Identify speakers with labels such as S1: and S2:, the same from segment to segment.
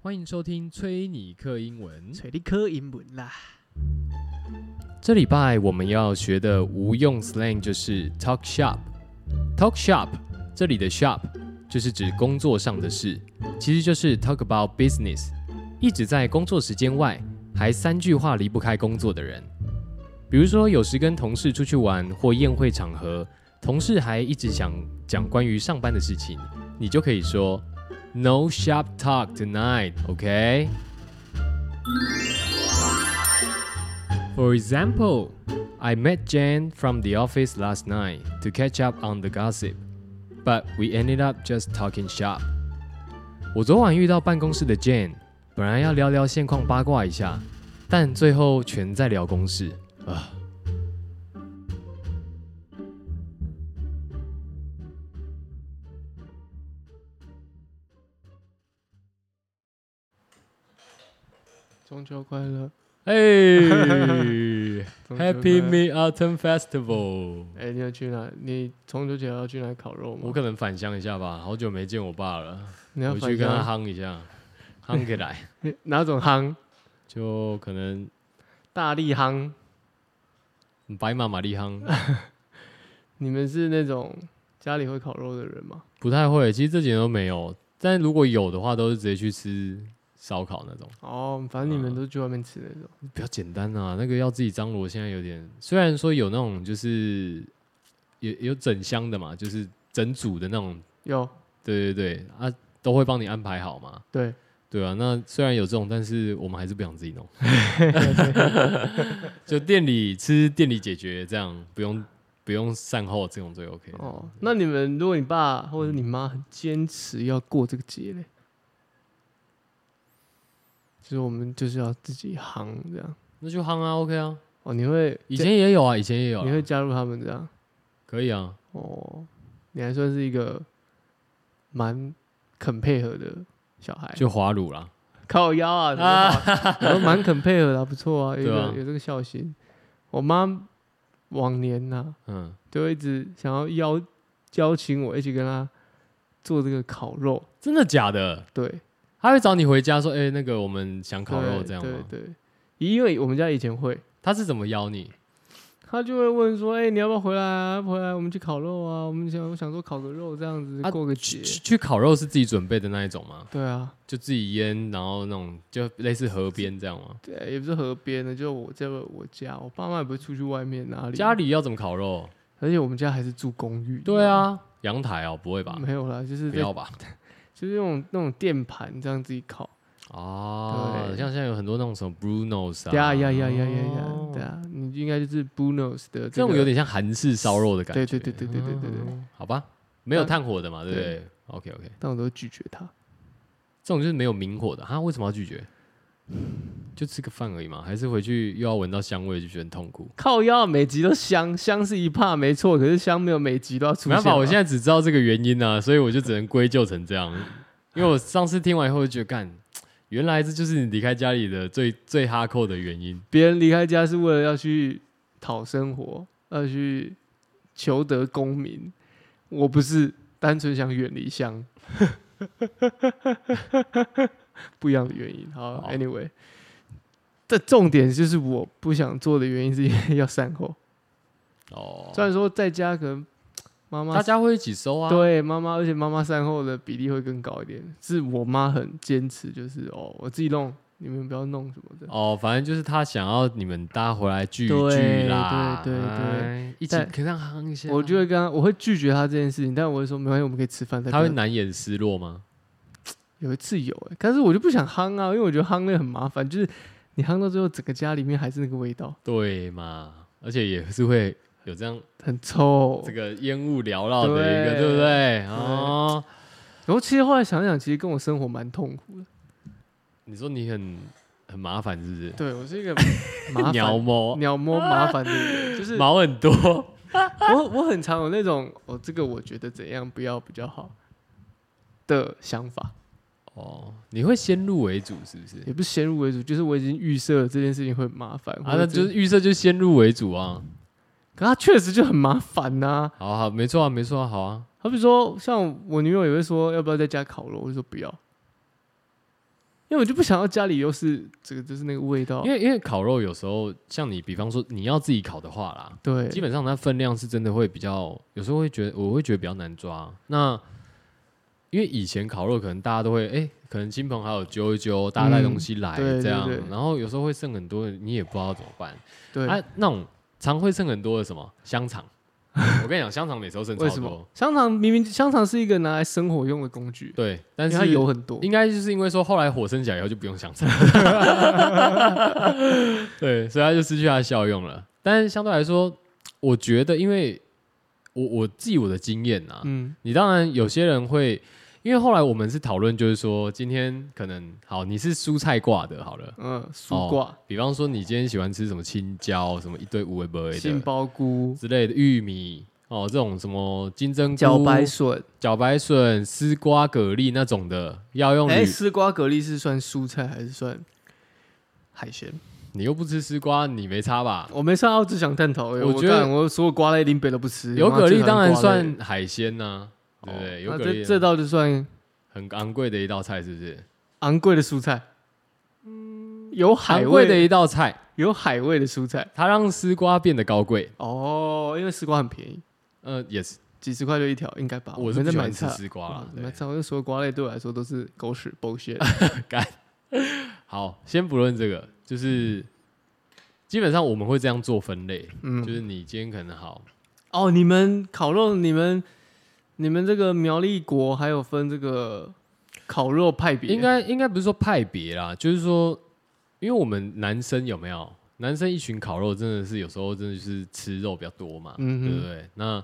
S1: 欢迎收听崔尼克英文。
S2: 找你考英文啦。
S1: 这礼拜我们要学的无用 slang 就是 talk shop。talk shop 这里的 shop 就是指工作上的事，其实就是 talk about business，一直在工作时间外还三句话离不开工作的人。比如说，有时跟同事出去玩或宴会场合，同事还一直想讲关于上班的事情，你就可以说 No shop talk tonight，OK？、For example, I met Jen from the office last night to catch up on the gossip, but we ended up just talking shop. 我昨晚遇到办公室的 Jen，本来要聊聊现况八卦一下，但最后全在聊公事啊。
S2: 中秋快乐
S1: 哎
S2: 中秋快乐
S1: ，Happy Mid Autumn Festival！
S2: 哎、你要去哪？你中秋节要去哪里烤肉吗？
S1: 我可能返乡一下吧，好久没见我爸了，
S2: 你要
S1: 回
S2: 返
S1: 去跟他
S2: 乡
S1: 夯一下，夯起来，
S2: 你哪种夯？
S1: 就可能
S2: 大力夯？
S1: 白马玛丽夯。
S2: 你们是那种家里会烤肉的人吗？
S1: 不太会，其实这几年都没有。但如果有的话，都是直接去吃烧烤那种，
S2: 哦，反正你们都去外面吃那种。
S1: 比较简单啊。那个要自己张罗，现在有点。虽然说有那种就是也有整箱的嘛，就是整组的那种，
S2: 有，
S1: 对对对啊，都会帮你安排好嘛。
S2: 对，
S1: 对啊，那虽然有这种，但是我们还是不想自己 弄，就店里吃，店里解决，这样不用不用善后，这种最 OK 的。
S2: 哦，那你们如果你爸或者你妈很坚持要过这个节嘞，就是我们就是要自己夯这样。
S1: 那就夯啊，OK 啊，
S2: 哦，你会
S1: 以前也有啊，以前也有
S2: 你
S1: 啊，
S2: 会加入他们这样？
S1: 可以啊。
S2: 哦，你还算是一个蛮肯配合的小孩，
S1: 就滑乳啦，
S2: 靠腰啊，怎么好我说蛮肯配合的啊、不错啊，有 一
S1: 对
S2: 个、
S1: 啊
S2: 有这个孝心。我妈往年呐、
S1: 嗯，
S2: 就会一直想要邀邀请我一起跟她做这个烤肉，
S1: 真的假的？
S2: 对，
S1: 他会找你回家说，哎、那个我们想烤肉
S2: 对
S1: 这样吗？
S2: 对对，因为我们家以前会，
S1: 他是怎么邀你？
S2: 她就会问说，哎、你要不要回来啊？回来我们去烤肉啊，我们想我想说烤个肉这样子、
S1: 啊
S2: 过个
S1: 去
S2: 节，
S1: 去去烤肉是自己准备的那一种吗？
S2: 对啊。
S1: 就自己腌，然后那种就类似河边这样吗？
S2: 对，哎也不是河边的，就我在我家，我爸妈也不会出去外面哪里。
S1: 家，里要怎么烤肉？
S2: 而且我们家还是住公寓。
S1: 对，啊，阳台哦，不会吧？
S2: 没有啦，就是
S1: 不
S2: 在
S1: 要吧？
S2: 就是那种那种电盘这样自己烤。
S1: 哦，
S2: 对
S1: 像现在有很多那种什么 Brunos 啊，
S2: 呀呀呀呀呀呀
S1: 哦！
S2: 对啊，你应该就是 Bunos 的
S1: 这
S2: 个
S1: 种有点像韩式烧肉的感觉。嗯
S2: 对对对对对对对对，
S1: 好吧，没有
S2: 但
S1: 炭火的嘛，对不
S2: 对
S1: 对？OK OK，
S2: 但我都拒绝他。
S1: 这种就是没有明火的，他为什么要拒绝？就吃个饭而已嘛，还是回去又要闻到香味就觉得很痛苦。
S2: 靠腰每集都香，香是一怕没错，可是香没有每集都要出
S1: 没
S2: 现啊。
S1: 办法，我现在只知道这个原因啊，所以我就只能归咎成这样。因为我上次听完以后就觉得，干，原来这就是你离开家里的最最哈扣的原因。
S2: 别人离开家是为了要去讨生活，要去求得功名。我不是单纯想远离乡， 不一样的原因。好
S1: 好
S2: a n y w a y 这重点就是我不想做的原因是因为要善后。
S1: 哦，
S2: 虽然说在家可能妈妈
S1: 大家会一起收啊。
S2: 对妈妈，而且妈妈善后的比例会更高一点。是我妈很坚持，就是哦，我自己弄，你们不要弄什么的。
S1: 哦，反正就是他想要你们大家回来聚一
S2: 对
S1: 聚啦，
S2: 对对对
S1: 哎一起
S2: 但
S1: 可以这样夯一下。啊
S2: 我就
S1: 得
S2: 会跟他，我会拒绝他这件事情，但我会说没关系，我们可以吃饭。再
S1: 他会
S2: 跟
S1: 难掩失落吗？
S2: 有一次有、欸，但是我就不想夯啊，因为我觉得夯那个很麻烦，就是你夯到最后，整个家里面还是那个味道，
S1: 对嘛，而且也是会有这样
S2: 很臭。
S1: 这个烟雾缭绕的一个，
S2: 哦对
S1: 对不对？哦，
S2: 然后其实后来想想，其实跟我生活蛮痛苦的。
S1: 你说你很很麻烦是不是？
S2: 对我是一个麻 烦
S1: 鸟毛
S2: 鸟摸麻烦的 人，就是
S1: 毛很 多，
S2: 我我很常有那种哦，这个我觉得怎样不要比较好的想法，
S1: 哦，你会先入为主是不是？
S2: 也不是先入为主，就是我已经预设了这件事情会很麻烦
S1: 啊，那
S2: 或者
S1: 就是，预设就先入为主啊。
S2: 可它确实就很麻烦呐、
S1: 好好，没错啊，没错啊，好啊。
S2: 好比说，像我女友也会说要不要在家烤肉，我就说不要。因为我就不想要家里又是这个就是那个味道
S1: 因，为因为烤肉有时候像你，比方说你要自己烤的话啦，
S2: 对，
S1: 基本上它分量是真的会比较，有时候会觉得我会觉得比较难抓。那因为以前烤肉可能大家都会，哎、可能亲朋好友揪一揪，大家带东西来、
S2: 嗯对对
S1: 这样
S2: 对，
S1: 然后有时候会剩很多，你也不知道怎么办。
S2: 对，
S1: 啊，那种常会剩很多的什么香肠， 我跟你讲，香肠每次都剩
S2: 为
S1: 超
S2: 什
S1: 多
S2: 么。香肠明明香肠是一个拿来生火用的工具，
S1: 对，但
S2: 但
S1: 是
S2: 是它油很多，
S1: 应该就是因为说后来火升起来以后就不用香肠， 对，所以它就失去它的效用了。但是相对来说，我觉得，因为我我自己我的经验啊，
S2: 嗯，
S1: 你当然有些人会，因为后来我们是讨论，就是说今天可能好，你是蔬菜挂的，好了，
S2: 嗯，蔬瓜、
S1: 比方说你今天喜欢吃什么青椒，什么一堆无为不为
S2: 杏
S1: 的
S2: 鲍菇、
S1: 之类的玉米。哦，这种什么金针菇、
S2: 茭白笋，
S1: 茭白笋、丝瓜、蛤蜊那种的，要用
S2: 哎，
S1: 铝
S2: 丝瓜、蛤蜊是算蔬菜还是算海鲜？
S1: 你又不吃丝瓜，你没差吧？
S2: 我没上到只想探讨而已，
S1: 我
S2: 我
S1: 觉得
S2: 干我所有瓜类林北都不吃，
S1: 有
S2: 我妈
S1: 蛤
S2: 最
S1: 蜊
S2: 讨厌
S1: 当然
S2: 瓜类
S1: 算海鲜呐、对不
S2: 哦
S1: 对？有
S2: 那
S1: 蛤
S2: 这这
S1: 蜊
S2: 道就算
S1: 很昂贵的一道菜，是不是？
S2: 昂贵的蔬菜，有海
S1: 昂贵
S2: 味
S1: 的一道菜，
S2: 有海味的蔬菜
S1: 它让丝瓜变得高贵。
S2: 哦，因为丝瓜很便宜，
S1: 呃，也是，
S2: 几十块就一条，应该吧？
S1: 我是不
S2: 哦们在
S1: 喜
S2: 买
S1: 欢吃
S2: 菜。啊哦
S1: 丝瓜啦。
S2: 买
S1: 对，
S2: 菜，我就说瓜类对我来说都是狗屎 bullshit。
S1: 好，先不论这个，就是基本上我们会这样做分类，就
S2: 嗯，
S1: 是你今天可能好，
S2: 哦，你们烤肉，你们你们这个苗栗国还有分这个烤肉派别，
S1: 应该应该不是说派别啦，就是说，因为我们男生有没有？男生一群烤肉真的是有时候真的就是吃肉比较多嘛，
S2: 嗯哼
S1: 对不对？那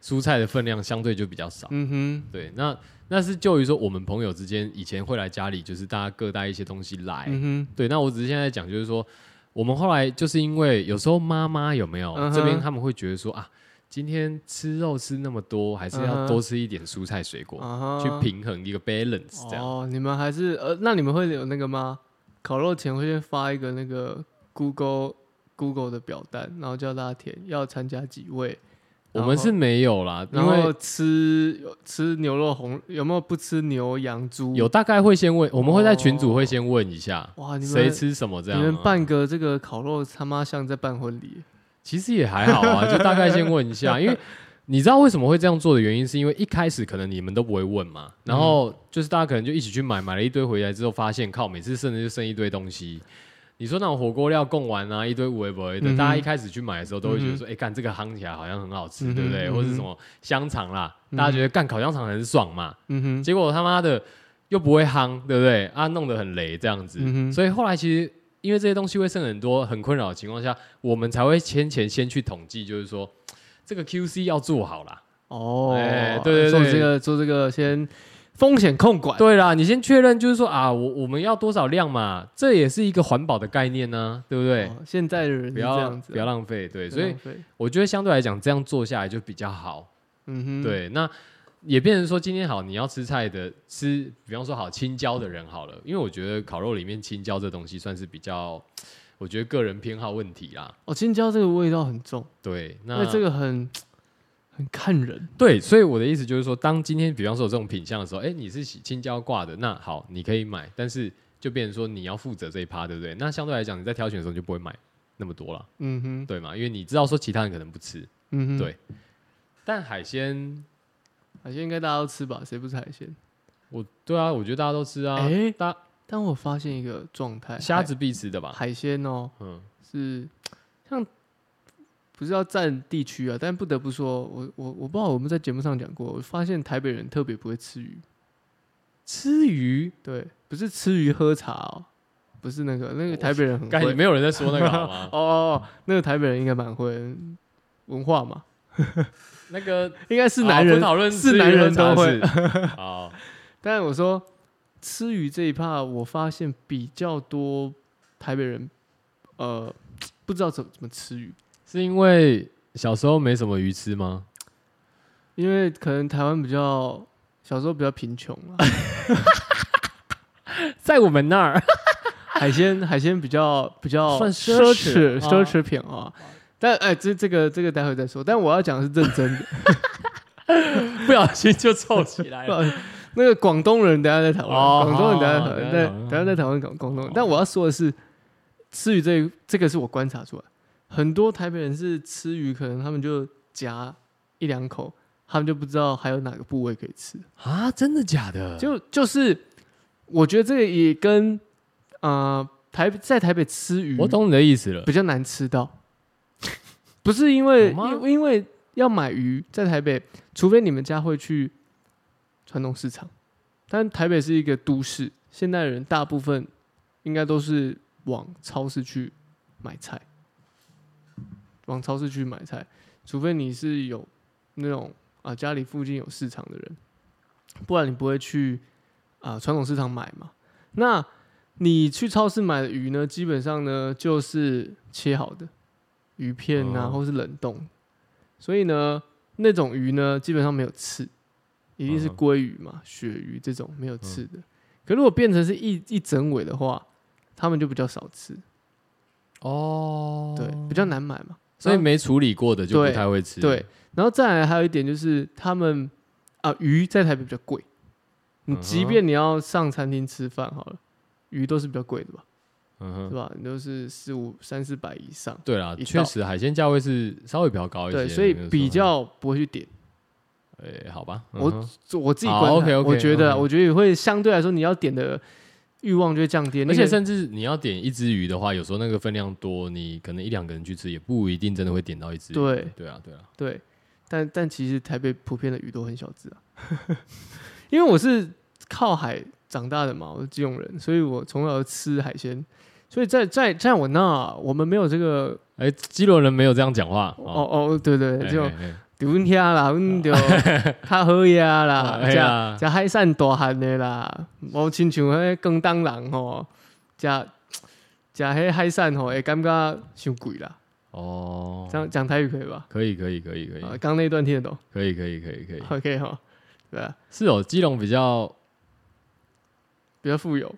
S1: 蔬菜的分量相对就比较少，
S2: 嗯
S1: 对。那那是就于说我们朋友之间以前会来家里，就是大家各带一些东西来，
S2: 哼，嗯
S1: 对。那我只是现在讲就是说，我们后来就是因为有时候妈妈有没有、
S2: 嗯哼
S1: 这边他们会觉得说啊，今天吃肉吃那么多，还是
S2: 嗯
S1: 要
S2: 哼
S1: 多吃一点蔬菜水果
S2: 哼，，啊哈
S1: 去平衡一个 balance 这样。
S2: 哦，你们还是呃，那你们会有那个吗？烤肉前会先发一个那个 Google Google 的表单，然后叫大家填要参加几位，
S1: 我们是没有啦，因
S2: 然后
S1: 为
S2: 吃有吃牛肉红有没有不吃牛羊猪？
S1: 有大概会先问，我们会在群组会先问一下
S2: 哇，哦你
S1: 谁
S2: 们
S1: 吃什么这
S2: 你
S1: 样
S2: 们
S1: 啊。
S2: 办个这个烤肉他妈像在办婚礼，
S1: 其实也还好 啊，就大概先问一下，因为你知道为什么会这样做的原因，是因为一开始可能你们都不会问嘛，然后就是大家可能就一起去买，买了一堆回来之后，发现靠，每次剩的就剩一堆东西。你说那种火锅料供完啊，一堆无为不为的，
S2: 嗯哼嗯
S1: 大家一开始去买的时候都会觉得说，哎、干这个夯起来好像很好吃，
S2: 嗯哼
S1: 对不对？
S2: 嗯哼嗯
S1: 或是什么香肠啦，大家觉得干烤香肠很爽嘛，
S2: 嗯哼，
S1: 结果他妈的又不会夯，对不对？啊，弄得很雷这样子，
S2: 嗯哼
S1: 所以后来其实因为这些东西会剩很多，很困扰的情况下，我们才会先前先去统计，就是说这个 QC 要做好啦。
S2: 哦，
S1: 哎对对
S2: 做
S1: 对
S2: 这个做这个先风险控管，
S1: 对啦，你先确认就是说啊，我我们要多少量嘛，这也是一个环保的概念呢、对不对？
S2: 哦，现在的人是
S1: 不
S2: 这
S1: 要
S2: 样子啊，
S1: 不要浪费，对，所以
S2: 浪费
S1: 我觉得相对来讲这样做下来就比较好。
S2: 嗯哼，，
S1: 对，那也变成说，今天好，你要吃菜的吃，比方说好青椒的人好了，因为我觉得烤肉里面青椒这东西算是比较，我觉得个人偏好问题啦。
S2: 哦，青椒这个味道很重。
S1: 对，那
S2: 那这个很很看人，
S1: 对，所以我的意思就是说，当今天比方说有这种品相的时候，哎、你是喜青椒挂的，那好，你可以买，但是就变成说你要负责这一趴，对不对？那相对来讲，你在挑选的时候你就不会买那么多了，
S2: 嗯哼，
S1: 对吗？因为你知道说其他人可能不吃，
S2: 嗯哼，
S1: 对但海鲜，
S2: 海鲜应该大家都吃吧？谁不吃海鲜？
S1: 我对啊，我觉得大家都吃啊，
S2: 哎
S1: 大
S2: 但我发现一个状态，
S1: 虾
S2: 海
S1: 子必吃的吧？
S2: 海鲜哦，
S1: 嗯，
S2: 是像不是要占地区啊，但不得不说，我我我不知道我们在节目上讲过，我发现台北人特别不会吃鱼，
S1: 吃鱼，
S2: 对，不是吃鱼喝茶哦，不是那个那个
S1: 我
S2: 台北人很
S1: 感觉
S2: 会
S1: 没有人在说那个好吗？
S2: 哦哦，那个台北人应该蛮会文化嘛，
S1: 那个
S2: 应该 是男人
S1: 好哦不讨论
S2: 是
S1: 吃鱼
S2: 男
S1: 喝
S2: 人
S1: 茶
S2: 都会
S1: 是。 好，
S2: 但我说吃鱼这一趴，我发现比较多台北人，呃，不知道怎么怎么吃鱼，
S1: 是因为小时候没什么鱼吃吗？
S2: 因为可能台湾比较小时候比较贫穷 啊嘛，
S1: 在我们那儿，
S2: 海鲜海鲜比较比较
S1: 算
S2: 奢
S1: 奢
S2: 侈
S1: 侈啊
S2: 奢侈品啊。但哎、这这个这个待会再说。但我要讲的是认真的，
S1: 不小心就凑起来
S2: 不
S1: 了。
S2: 好意思那个广东人等一下再讨论，
S1: 哦
S2: 广东人等一下再讨
S1: 好好
S2: 论，
S1: 好
S2: 但
S1: 等一下讨论
S2: 等一下再讨论广广东人
S1: 好。
S2: 但我要说的是，吃鱼这这个是我观察出来，很多台北人是吃鱼，可能他们就夹一两口，他们就不知道还有哪个部位可以吃。
S1: 啊，真的假的？
S2: 就就是，我觉得这个也跟呃台在台北吃鱼，
S1: 我懂你的意思了。
S2: 比较难吃到， 不是因为
S1: 有吗
S2: 因因为要买鱼在台北，除非你们家会去传统市场，但台北是一个都市，现代人大部分应该都是往超市去买菜，往超市去买菜，除非你是有那种啊家里附近有市场的人，不然你不会去啊传统市场买嘛。那你去超市买的鱼呢，基本上呢就是切好的鱼片啊，
S1: 哦
S2: 或是冷冻，所以呢那种鱼呢基本上没有刺，一定是
S1: 嗯哼
S2: 鲑鱼嘛、鳕鱼这种没有刺
S1: 嗯
S2: 的。可如果变成是一一整尾的话，他们就比较少吃，
S1: 哦，
S2: 对，比较难买嘛。
S1: 所以没处理过的就不
S2: 嗯对
S1: 太会吃。
S2: 对，然后再来还有一点就是，他们啊鱼在台北比较贵，你
S1: 嗯哼
S2: 即便你要上餐厅吃饭好了，鱼都是比较贵的吧，
S1: 嗯哼，
S2: 是吧？你都是四五三四百以上，
S1: 对啦，
S2: 一道
S1: 确实海鲜价位是稍微比较高一些，
S2: 对，所以
S1: 没有错
S2: 比较不会去点。
S1: 哎，好吧，
S2: 我
S1: 嗯哼
S2: 就我自己
S1: 好
S2: 观察，
S1: ，OK，OK，
S2: 我觉得
S1: OK
S2: 我觉得也会相对来说你要点的欲望就会降低，
S1: 而且
S2: 是
S1: 甚至你要点一只鱼的话，有时候那个分量多，你可能一两个人去吃也不一定真的会点到一只鱼。
S2: 对
S1: 对啊，对啊，
S2: 对，但但其实台北普遍的鱼都很小只啊， 因为我是靠海长大的嘛，我是基隆人，所以我从小就吃海鲜，所以在在在我那我们没有这个
S1: 哎，基隆人没有这样讲话哦，
S2: 哦哦对对，
S1: 哎
S2: 这种
S1: 哎哎
S2: 丢天啦，阮就 较好野啦，
S1: 哎
S2: 食
S1: 呀
S2: 食海产大汉的啦，无亲像迄广东人吼，食食迄海产吼会感觉伤贵啦，
S1: 哦，
S2: 这样讲台语可以吧？
S1: 可以可以可以可以
S2: 啊，刚那一段听得懂
S1: 可以可以可以可以，
S2: ，OK 哈，对啊，
S1: 是哦，基隆比较，
S2: 比较富有。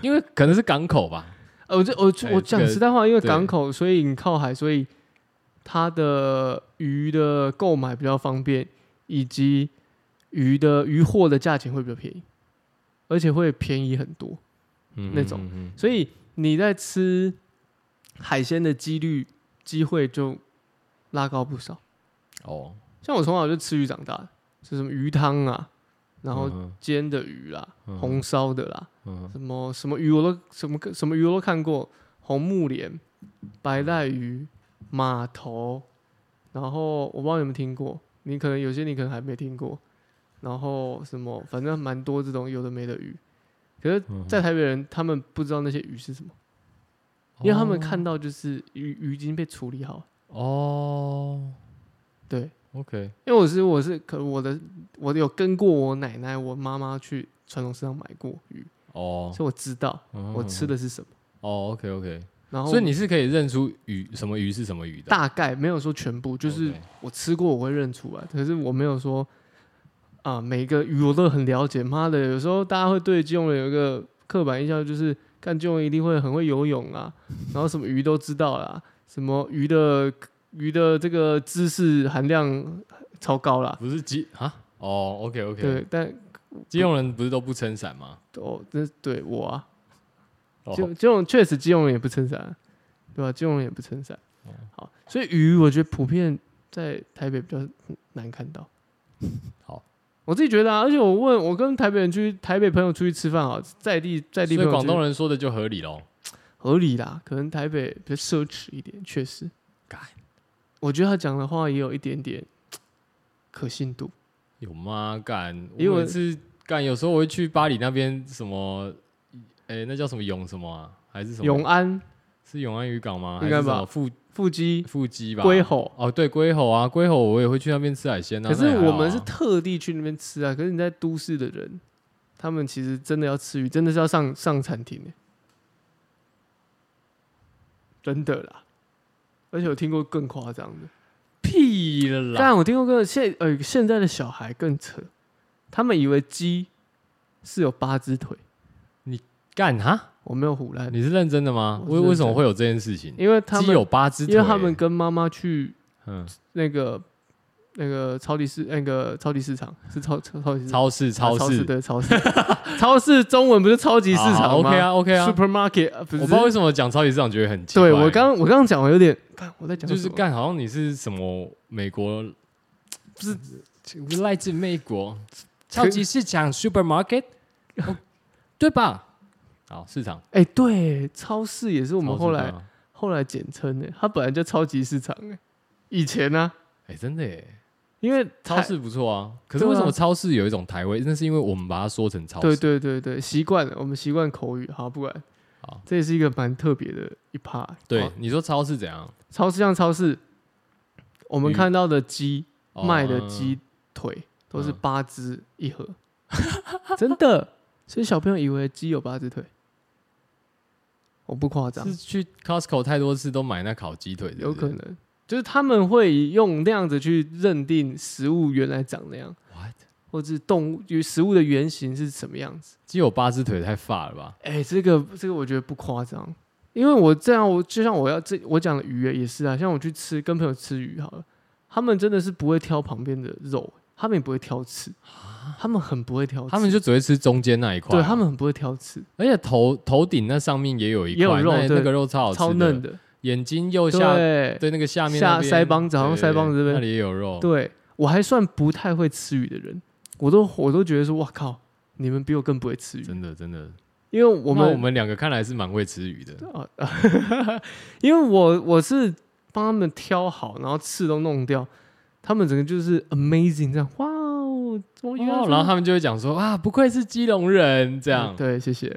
S1: 因为可能是港口吧，
S2: 呃，我这我
S1: 哎
S2: 我
S1: 这
S2: 讲
S1: 个
S2: 实在话，因为
S1: 对
S2: 港口，所以你靠海，所以它的鱼的购买比较方便，以及鱼的鱼货的价钱会比较便宜，而且会便宜很多。
S1: 嗯
S2: 那种
S1: 嗯嗯
S2: 所以你在吃海鲜的几率机会就拉高不少。
S1: 哦，
S2: 像我从小就吃鱼长大的，是什么鱼汤啊，然后
S1: 嗯
S2: 煎的鱼啦，
S1: 嗯
S2: 红烧的啦，
S1: 嗯嗯
S2: 什么什么鱼我都什么什么鱼我都看过，红木莲、白带鱼、码头，然后我不知道你们听过，你可能有些你可能还没听过，然后什么反正蛮多这种有的没的鱼，可是，
S1: 嗯
S2: 在台北人他们不知道那些鱼是什么，因为他们看
S1: 到
S2: 到就是鱼鱼已经被处理好了，
S1: 哦
S2: 对。
S1: ，OK，
S2: 因为我是我是可能我的我有跟过我奶奶我妈妈去传统市场买过鱼，
S1: 哦，
S2: 所以我知道我吃
S1: 的
S2: 的是什么。
S1: 哦，OK OK，
S2: 然后
S1: 所以你是可以认出鱼什么鱼是什么鱼的，
S2: 大概没有说全部，就是我吃过我会认出来，可是我没有说啊、每个鱼我都很了解。妈的，有时候大家会对基隆人有一个刻板印象，就是干基隆人一定会很会游泳啊，然后什么鱼都知道啦，什么鱼的鱼的这个知识含量超高啦。
S1: 不是基啊，哦，OK OK，
S2: 对，但
S1: 基隆人不是都不撑伞吗？
S2: 哦，那对我啊，
S1: 哦
S2: 基基隆确实基隆人也不撑伞，啊对吧、基隆人也不撑伞。
S1: 哦
S2: 好，所以鱼我觉得普遍在台北比较难看到。
S1: 好，
S2: 我自己觉得啊，而且我问我跟台北人去台北朋友出去吃饭，好，啊在地在地
S1: 所以
S2: 朋友
S1: 广东
S2: 人
S1: 人说的就合理喽。
S2: 合理啦，可能台北比较奢侈一点，确实。
S1: 干
S2: 我觉得他讲的话也有一点点可信度。
S1: 有吗？干，
S2: 因为
S1: 我每次干，有时候我会去巴黎那边什么，哎、那叫什么永什么啊？还是什么
S2: 永安、
S1: 是永安渔港吗？
S2: 应该
S1: 还
S2: 吧
S1: 是什么富
S2: 腹肌、
S1: 富基吧？
S2: 龟吼，
S1: 哦，对，龟吼啊，龟吼我也会去那边吃海鲜啊。
S2: 可是
S1: 那也还好啊
S2: 我们是特地去那边吃啊，可是你在都市的人，他们其实真的要吃鱼，真的是要上上餐厅欸的，真的啦。而且我听过更夸张的，
S1: 屁了啦，
S2: 但我听过更现呃现在的小孩更扯，他们以为鸡是有八只腿，
S1: 干哈？
S2: 我没有唬烂，
S1: 你是认真的吗？
S2: 我是
S1: 为
S2: 认真
S1: 为什么会有这件事情？
S2: 因为他
S1: 鸡
S2: 们
S1: 有八只腿，
S2: 因为他们跟妈妈去
S1: 嗯
S2: 那个那个超级市那个超级市场是超超超级市场
S1: 超市、
S2: 啊
S1: 超
S2: 超
S1: 市、
S2: 对超市 超市中文不是超级市
S1: 好好
S2: 场吗
S1: ，OK 啊，OK 啊。
S2: ，supermarket 啊不
S1: 我
S2: 是
S1: 不知道为什么讲超级市场觉得很奇怪。
S2: 对我刚我刚刚讲，我有点，干我在讲
S1: 就是
S2: 什么
S1: 干，好像你是什么美国，不是来自美国超级市场 supermarket，哦对吧？好，市场
S2: 哎、对，超市也是我
S1: 我
S2: 们后来后来简称的，它本来叫超级市场哎、以前呢、
S1: 哎，真的耶，
S2: 因为
S1: 超
S2: 台，
S1: 市不错啊。可是
S2: 对啊
S1: 为什么超市有一种台味？那是因为我们把它说成超
S2: 对
S1: 市。
S2: 对对对，习惯了，我们习惯口语，好，不管
S1: 好，
S2: 这也是一个蛮特别的一 part、
S1: 对
S2: 好，
S1: 你说超市怎样？
S2: 超市像超市，我们
S1: 鱼
S2: 看到的鸡、
S1: 哦
S2: 卖的鸡腿都是
S1: 嗯
S2: 八只一 盒，真的，所以小朋友以为鸡有八只腿，我不夸张
S1: 是，去 Costco 太多次都买那烤鸡腿，是不是
S2: 有可能，就是他们会用那样子去认定食物原来长那样
S1: What？
S2: 或者是动物与食物的原型是什么样子。
S1: 鸡有八只腿太发了吧？
S2: 哎、这个这个我觉得不夸张，因为我这样，我就像我要这我讲的鱼也是啊，像我去吃跟朋友吃鱼好了，他们真的是不会挑旁边的肉，他们也不会挑刺，他们很不会挑刺，
S1: 啊他们就只会吃中间那一块啊。
S2: 对他们很不会挑刺，
S1: 而且头头顶那上面也有一
S2: 也有
S1: 块，
S2: 肉
S1: 那
S2: 对
S1: 那个肉超好吃的
S2: 超嫩的，
S1: 眼睛右下
S2: 对
S1: 对那个下面
S2: 下
S1: 那边
S2: 腮帮子好像
S1: 对对
S2: 腮帮子这边
S1: 那里也有肉，
S2: 对我还算不太会吃鱼的人，我都我都觉得说，哇靠，你们比我更不会吃鱼，
S1: 真的真的。
S2: 因为我
S1: 我
S2: 们
S1: 们我们两个看来是蛮会吃鱼的，
S2: 啊，因为我我是帮他们挑好，然后刺都弄掉，他们整个就是 amazing 这样，哇哦，怎么原来
S1: 哦
S2: 这
S1: 然后
S2: 么
S1: 他们就会讲说啊，不愧是基隆人这样
S2: 嗯。对，谢谢。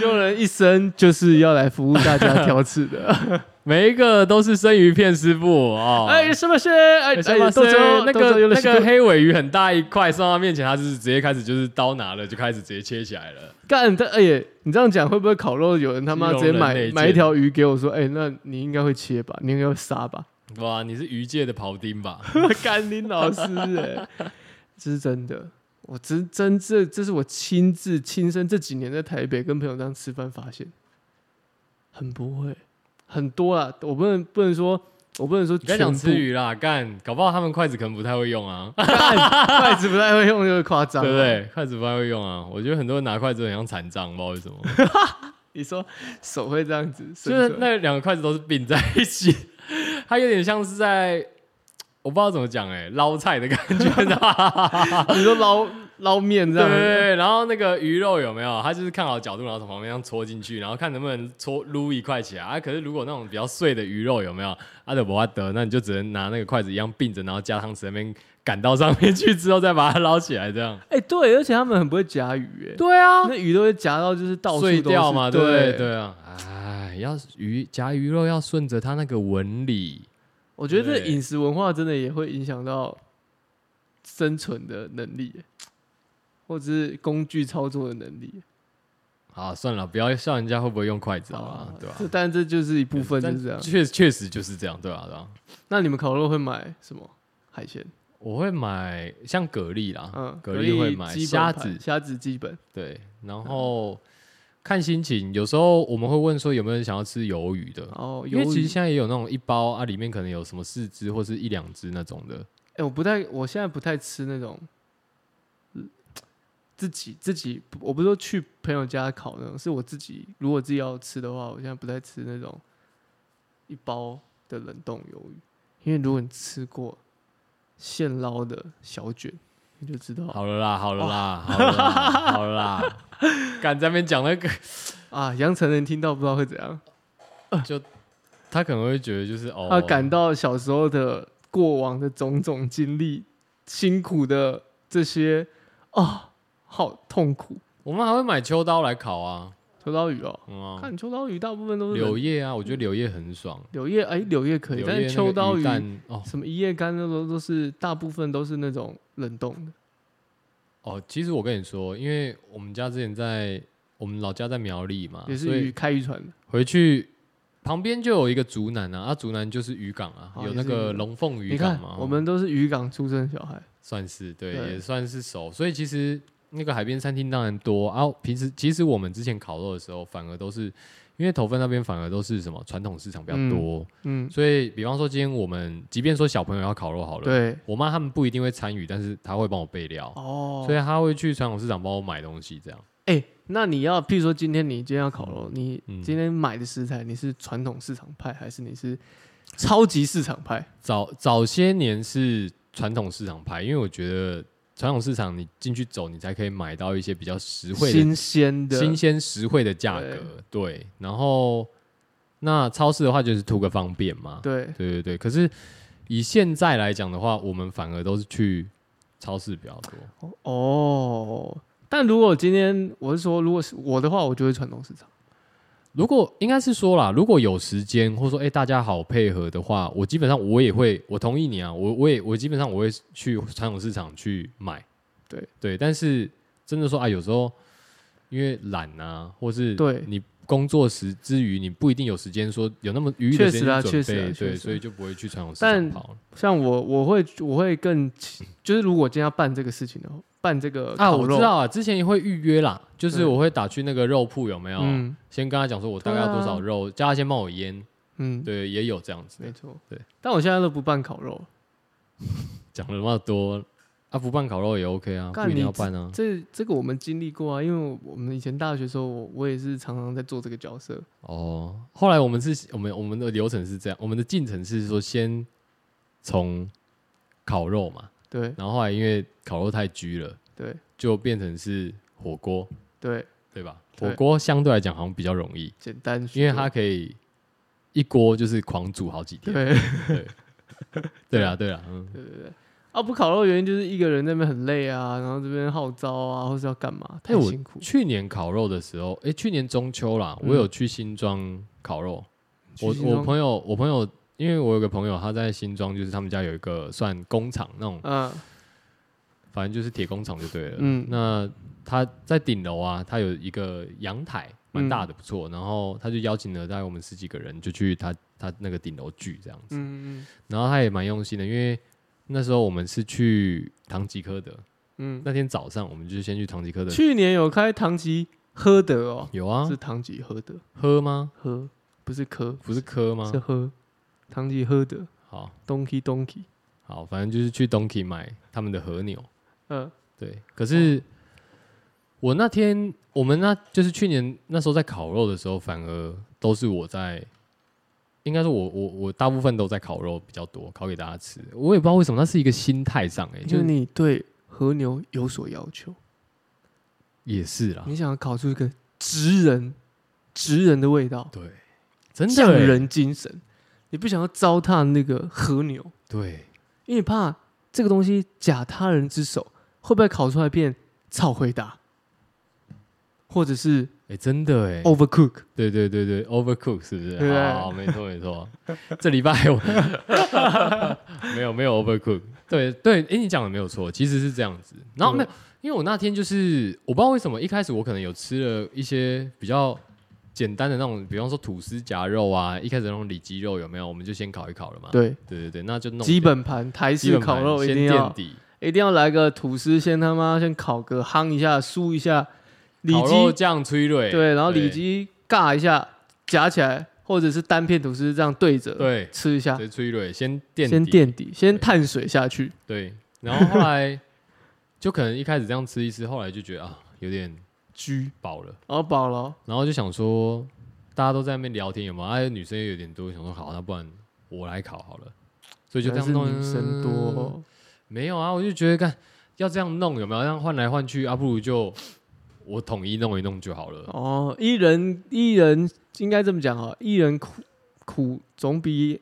S2: 救人一生就是要来服务大家挑刺 的，
S1: 每一个都是生鱼片师傅哦。
S2: 哎，是不是？哎，
S1: 什么
S2: 哎，
S1: 是
S2: 豆粥
S1: 那
S2: 豆
S1: 个
S2: 粥有了
S1: 那
S2: 新
S1: 个
S2: 歌
S1: 黑尾鱼很大一块送到面前，他是直接开始就是刀拿了就开始直接切起来了。
S2: 干的，哎呀，你这样讲会不会烤肉有人他妈
S1: 基
S2: 直
S1: 隆
S2: 接
S1: 人
S2: 买
S1: 内
S2: 买一
S1: 奸
S2: 条鱼给我说，哎，那你应该会切吧，你应该会杀吧？
S1: 哇，你是鱼界的庖丁吧？
S2: 甘霖老师、欸， 这是真的。我真真这这是我亲自亲身这几年在台北跟朋友这样吃饭发现，很不会，很多啦。我不能不能说，我不能说
S1: 你不要
S2: 全
S1: 讲
S2: 部
S1: 吃 鱼啦，干，搞不好他们筷子可能不太会用啊，
S2: 干筷子不太会用，就会夸 张，啊
S1: 对不？对？筷子不太会用啊，我觉得很多人拿筷子很像残障，不知道为什么，
S2: 你说手会这样子，
S1: 就
S2: 伸
S1: 是
S2: 出来
S1: 那两个筷子都是并在一起， 它有点像是在，我不知道怎么讲哎、捞菜的感觉，你知道 吗
S2: 你说捞捞面这
S1: 对
S2: 样
S1: 对
S2: 子，
S1: 对，然后那个鱼肉有没有？它就是看好角度，然后从旁边这样戳进去，然后看能不能戳撸一块起来啊。可是如果那种比较碎的鱼肉有没有？啊阿德伯阿德，那你就只能拿那个筷子一样并着，然后加汤匙那边赶到上面去之后再把它捞起来，这样。
S2: 哎、对，而且他们很不会夹鱼、哎，
S1: 对啊
S2: 那鱼都会夹到就是到处都
S1: 碎
S2: 是，
S1: 掉嘛，对
S2: 对
S1: 对对啊，哎，要鱼夹鱼肉要顺着它那个纹理，
S2: 我觉得这
S1: 对
S2: 饮食文化真的也会影响到生存的能力耶，或者是工具操作的能力。
S1: 好，算了，不要笑人家会不会用筷子好吧，啊对吧、
S2: 这但这哦就是一部分就
S1: 但
S2: 是这样。
S1: 确确实就是这样，对吧、对吧、
S2: 那你们烤肉会买什么海鲜？
S1: 我会买像蛤蜊啦，
S2: 嗯，
S1: 蛤蜊会买
S2: 基本
S1: 虾
S2: 盘
S1: 子，
S2: 虾子基本。
S1: 对，然后、看心情，有时候我们会问说有没有人想要吃鱿鱼的，
S2: 哦，
S1: 因为
S2: 鱿
S1: 其
S2: 鱼
S1: 实现在也有那种一包啊，里面可能有什么四只或是一两只那种的，
S2: 哎、我不太，我现在不太吃那种，嗯自己自己，我不是说去朋友家烤那种，是我自己，如果自己要吃的话，我现在不太吃那种一包的冷冻鱿鱼，因为如果你吃过现捞的小卷，你就知道
S1: 好了啦，好了啦，好了 啦，好了啦，敢在那边讲那个，
S2: 啊，杨丞琳听到不知道会怎样，
S1: 他可能会觉得就是哦，
S2: 他感到小时候的过往的种种经历，辛苦的这些啊，好痛苦，
S1: 我们还会买秋刀来烤啊，
S2: 秋刀鱼哦。
S1: 嗯啊，
S2: 看秋刀鱼大部分都是冷
S1: 柳叶啊，我觉得柳叶很爽，
S2: 柳叶哎，柳叶嗯可以，
S1: 柳
S2: 但
S1: 叶那
S2: 是秋
S1: 个
S2: 刀鱼、
S1: 蛋哦
S2: 什么一夜干那都都是大部分都是那种冷冻的。
S1: 哦，其实我跟你说，因为我们家之前在我们老家在苗栗嘛，
S2: 也
S1: 啊所
S2: 是
S1: 以
S2: 鱼开渔船的。
S1: 回去旁边就有一个竹南啊，啊竹南就是渔港啊，
S2: 哦
S1: 有
S2: 也
S1: 那
S2: 是渔
S1: 个
S2: 港
S1: 龙凤渔
S2: 你
S1: 港
S2: 看
S1: 嘛，，哦
S2: 我们都是渔港出生的小孩，
S1: 算是对，
S2: 对
S1: 也算是熟，所以其实那个海边餐厅当然多啊。平时其实我们之前烤肉的时候，反而都是因为头份那边反而都是什么传统市场比较多，
S2: 嗯，
S1: 所以比方说今天我们即便说小朋友要烤肉好了，
S2: 对，
S1: 我妈他们不一定会参与，但是她会帮我备料，
S2: 哦，
S1: 所以她会去传统市场帮我买东西这样。
S2: 哎、那你要，譬如说今天你今天要烤肉，你
S1: 嗯
S2: 今天买的食材，你是传统市场派还是你是超级市场派？
S1: 早早些年是传统市场派，因为我觉得传统市场你进去走，你才可以买到一些比较实惠的
S2: 新鲜的，
S1: 新鲜实惠的价格，对。然后那超市的话就是图个方便嘛，
S2: 对，
S1: 对对对。可是以现在来讲的话，我们反而都是去超市比较多。
S2: 哦。但如果今天我是说，如果是我的话，我就会传统市场。
S1: 如果应该是说啦，如果有时间或者说哎、诶大家好配合的话，我基本上我也会，我同意你啊，我我也我基本上我会去传统市场去买，
S2: 对
S1: 对。但是真的说啊，有时候因为懒啊，或是
S2: 对
S1: 你工作时之余，你不一定有时间说有那么余裕的时间
S2: 确实啊
S1: 去准
S2: 确实啊
S1: 备，
S2: 确实
S1: 对，
S2: 啊
S1: 所以就不会去传统市场
S2: 但
S1: 跑了。
S2: 像我，我会我会更倾，就是如果今天要办这个事情的话，办这个
S1: 啊，
S2: 烤
S1: 我
S2: 肉
S1: 知道啊，之前也会预约啦，就是
S2: 对
S1: 我会打去那个肉铺有没有，啊
S2: 嗯
S1: 先跟他讲说我大概要多少
S2: 对啊
S1: 肉，叫他先帮我腌，
S2: 嗯，
S1: 对，也有这样子的
S2: 没。错，
S1: 对。
S2: 但我现在都不办烤肉，
S1: 讲了那么多，啊，不办烤肉也 OK 啊，
S2: 干
S1: 不一定
S2: 你
S1: 要办啊。
S2: 这这个我们经历过啊，因为我们以前大学的时候，我我也是常常在做这个角色。
S1: 哦，后来我们是，我们我们的流程是这样，我们的进程是说先从烤肉嘛，
S2: 对
S1: 然后后来因为烤肉太拘了，
S2: 对
S1: 就变成是火锅，
S2: 对，
S1: 对吧？
S2: 对
S1: 火锅相对来讲好像比较容易，
S2: 简单许多，
S1: 因为它可以一锅就是狂煮好几天。
S2: 对
S1: 对啦，对啦，嗯，
S2: 啊，不烤肉的原因就是一个人在那边很累啊，然后这边号召啊，或是要干嘛，太
S1: 哎我
S2: 辛苦。
S1: 去年烤肉的时候，诶，去年中秋啦，
S2: 嗯
S1: 我有去新庄烤肉，我
S2: 去新
S1: 我
S2: 庄
S1: 朋友，我朋友，因为我有个朋友，他在新庄，就是他们家有一个算工厂那种，
S2: 嗯
S1: 反正就是铁工厂就对了。
S2: 嗯
S1: 那他在顶楼啊，他有一个阳台，蛮大的，不错。
S2: 嗯
S1: 然后他就邀请了大概我们十几个人，就去他他那个顶楼聚这样子。
S2: 嗯嗯
S1: 然后他也蛮用心的，因为那时候我们是去唐吉诃德，
S2: 嗯
S1: 那天早上我们就先去唐吉诃
S2: 嗯，
S1: 德。
S2: 去年有开唐吉诃德哦，
S1: 有啊
S2: 是，唐吉诃德，
S1: 喝吗？
S2: 喝不是科，
S1: 不是科吗
S2: 是？喝，唐吉诃德
S1: 好
S2: ，Donkey Donkey，
S1: 好，反正就是去 Donkey 买他们的和牛。
S2: 嗯
S1: 对，可
S2: 哦
S1: 是我那天我们那就是去年那时候在烤肉的时候，反而都是我在，应该是我我我大部分都在烤肉比较多，烤给大家吃。我也不知道为什么，那是一个心态上、欸，哎，
S2: 因
S1: 就
S2: 为
S1: 是
S2: 你对和牛有所要求，
S1: 也是啦，
S2: 你想要烤出一个直人直人的味道，
S1: 对，真的、
S2: 匠
S1: 欸、
S2: 人精神，你不想要糟蹋那个和牛。
S1: 对，
S2: 因为你怕这个东西假他人之手，会不会烤出来变草回答，或者是
S1: 哎、真的哎、
S2: overcook？
S1: 对对对对，overcook 是不是？
S2: 对不对
S1: 好好，没错没错。这礼拜我 没有没有 overcook，对对，哎、你讲的没有错，其实是这样子。然后没有，因为我那天就是我不知道为什么一开始我可能有吃了一些比较简单的那种，比方说吐司夹肉啊，一开始那种里脊肉有没有？我们就先烤一烤了嘛。
S2: 对，
S1: 对对对那就啊弄
S2: 基本盘台
S1: 基
S2: 式
S1: 本
S2: 烤肉
S1: 盘
S2: 一
S1: 先
S2: 定
S1: 垫
S2: 要
S1: 底，
S2: 一定要来个吐司，先他妈先烤个夯一下，酥一下，里
S1: 烤肉
S2: 脊
S1: 酱催蕊，
S2: 对，然后里脊尬一下，夹起来，或者是单片吐司这样对着
S1: 对，
S2: 吃一下，
S1: 对催蕊先垫
S2: 啊先
S1: 底
S2: 垫底，先
S1: 对
S2: 碳水下去。
S1: 对，然后后来就可能一开始这样吃一吃，后来就觉得啊有点
S2: 居，
S1: 饱了，
S2: 然后饱了哦，
S1: 然后就想说大家都在那边聊天有没有？哎、女生也有点多，想说好，那不然我来烤好了，所以就这样
S2: 还是
S1: 弄。嗯
S2: 女生多哦，
S1: 没有啊，我就觉得干要这样弄有没有？这样换来换去啊，不如就我统一弄一弄就好了。
S2: 哦，一人一人应该这么讲啊，一人苦苦总比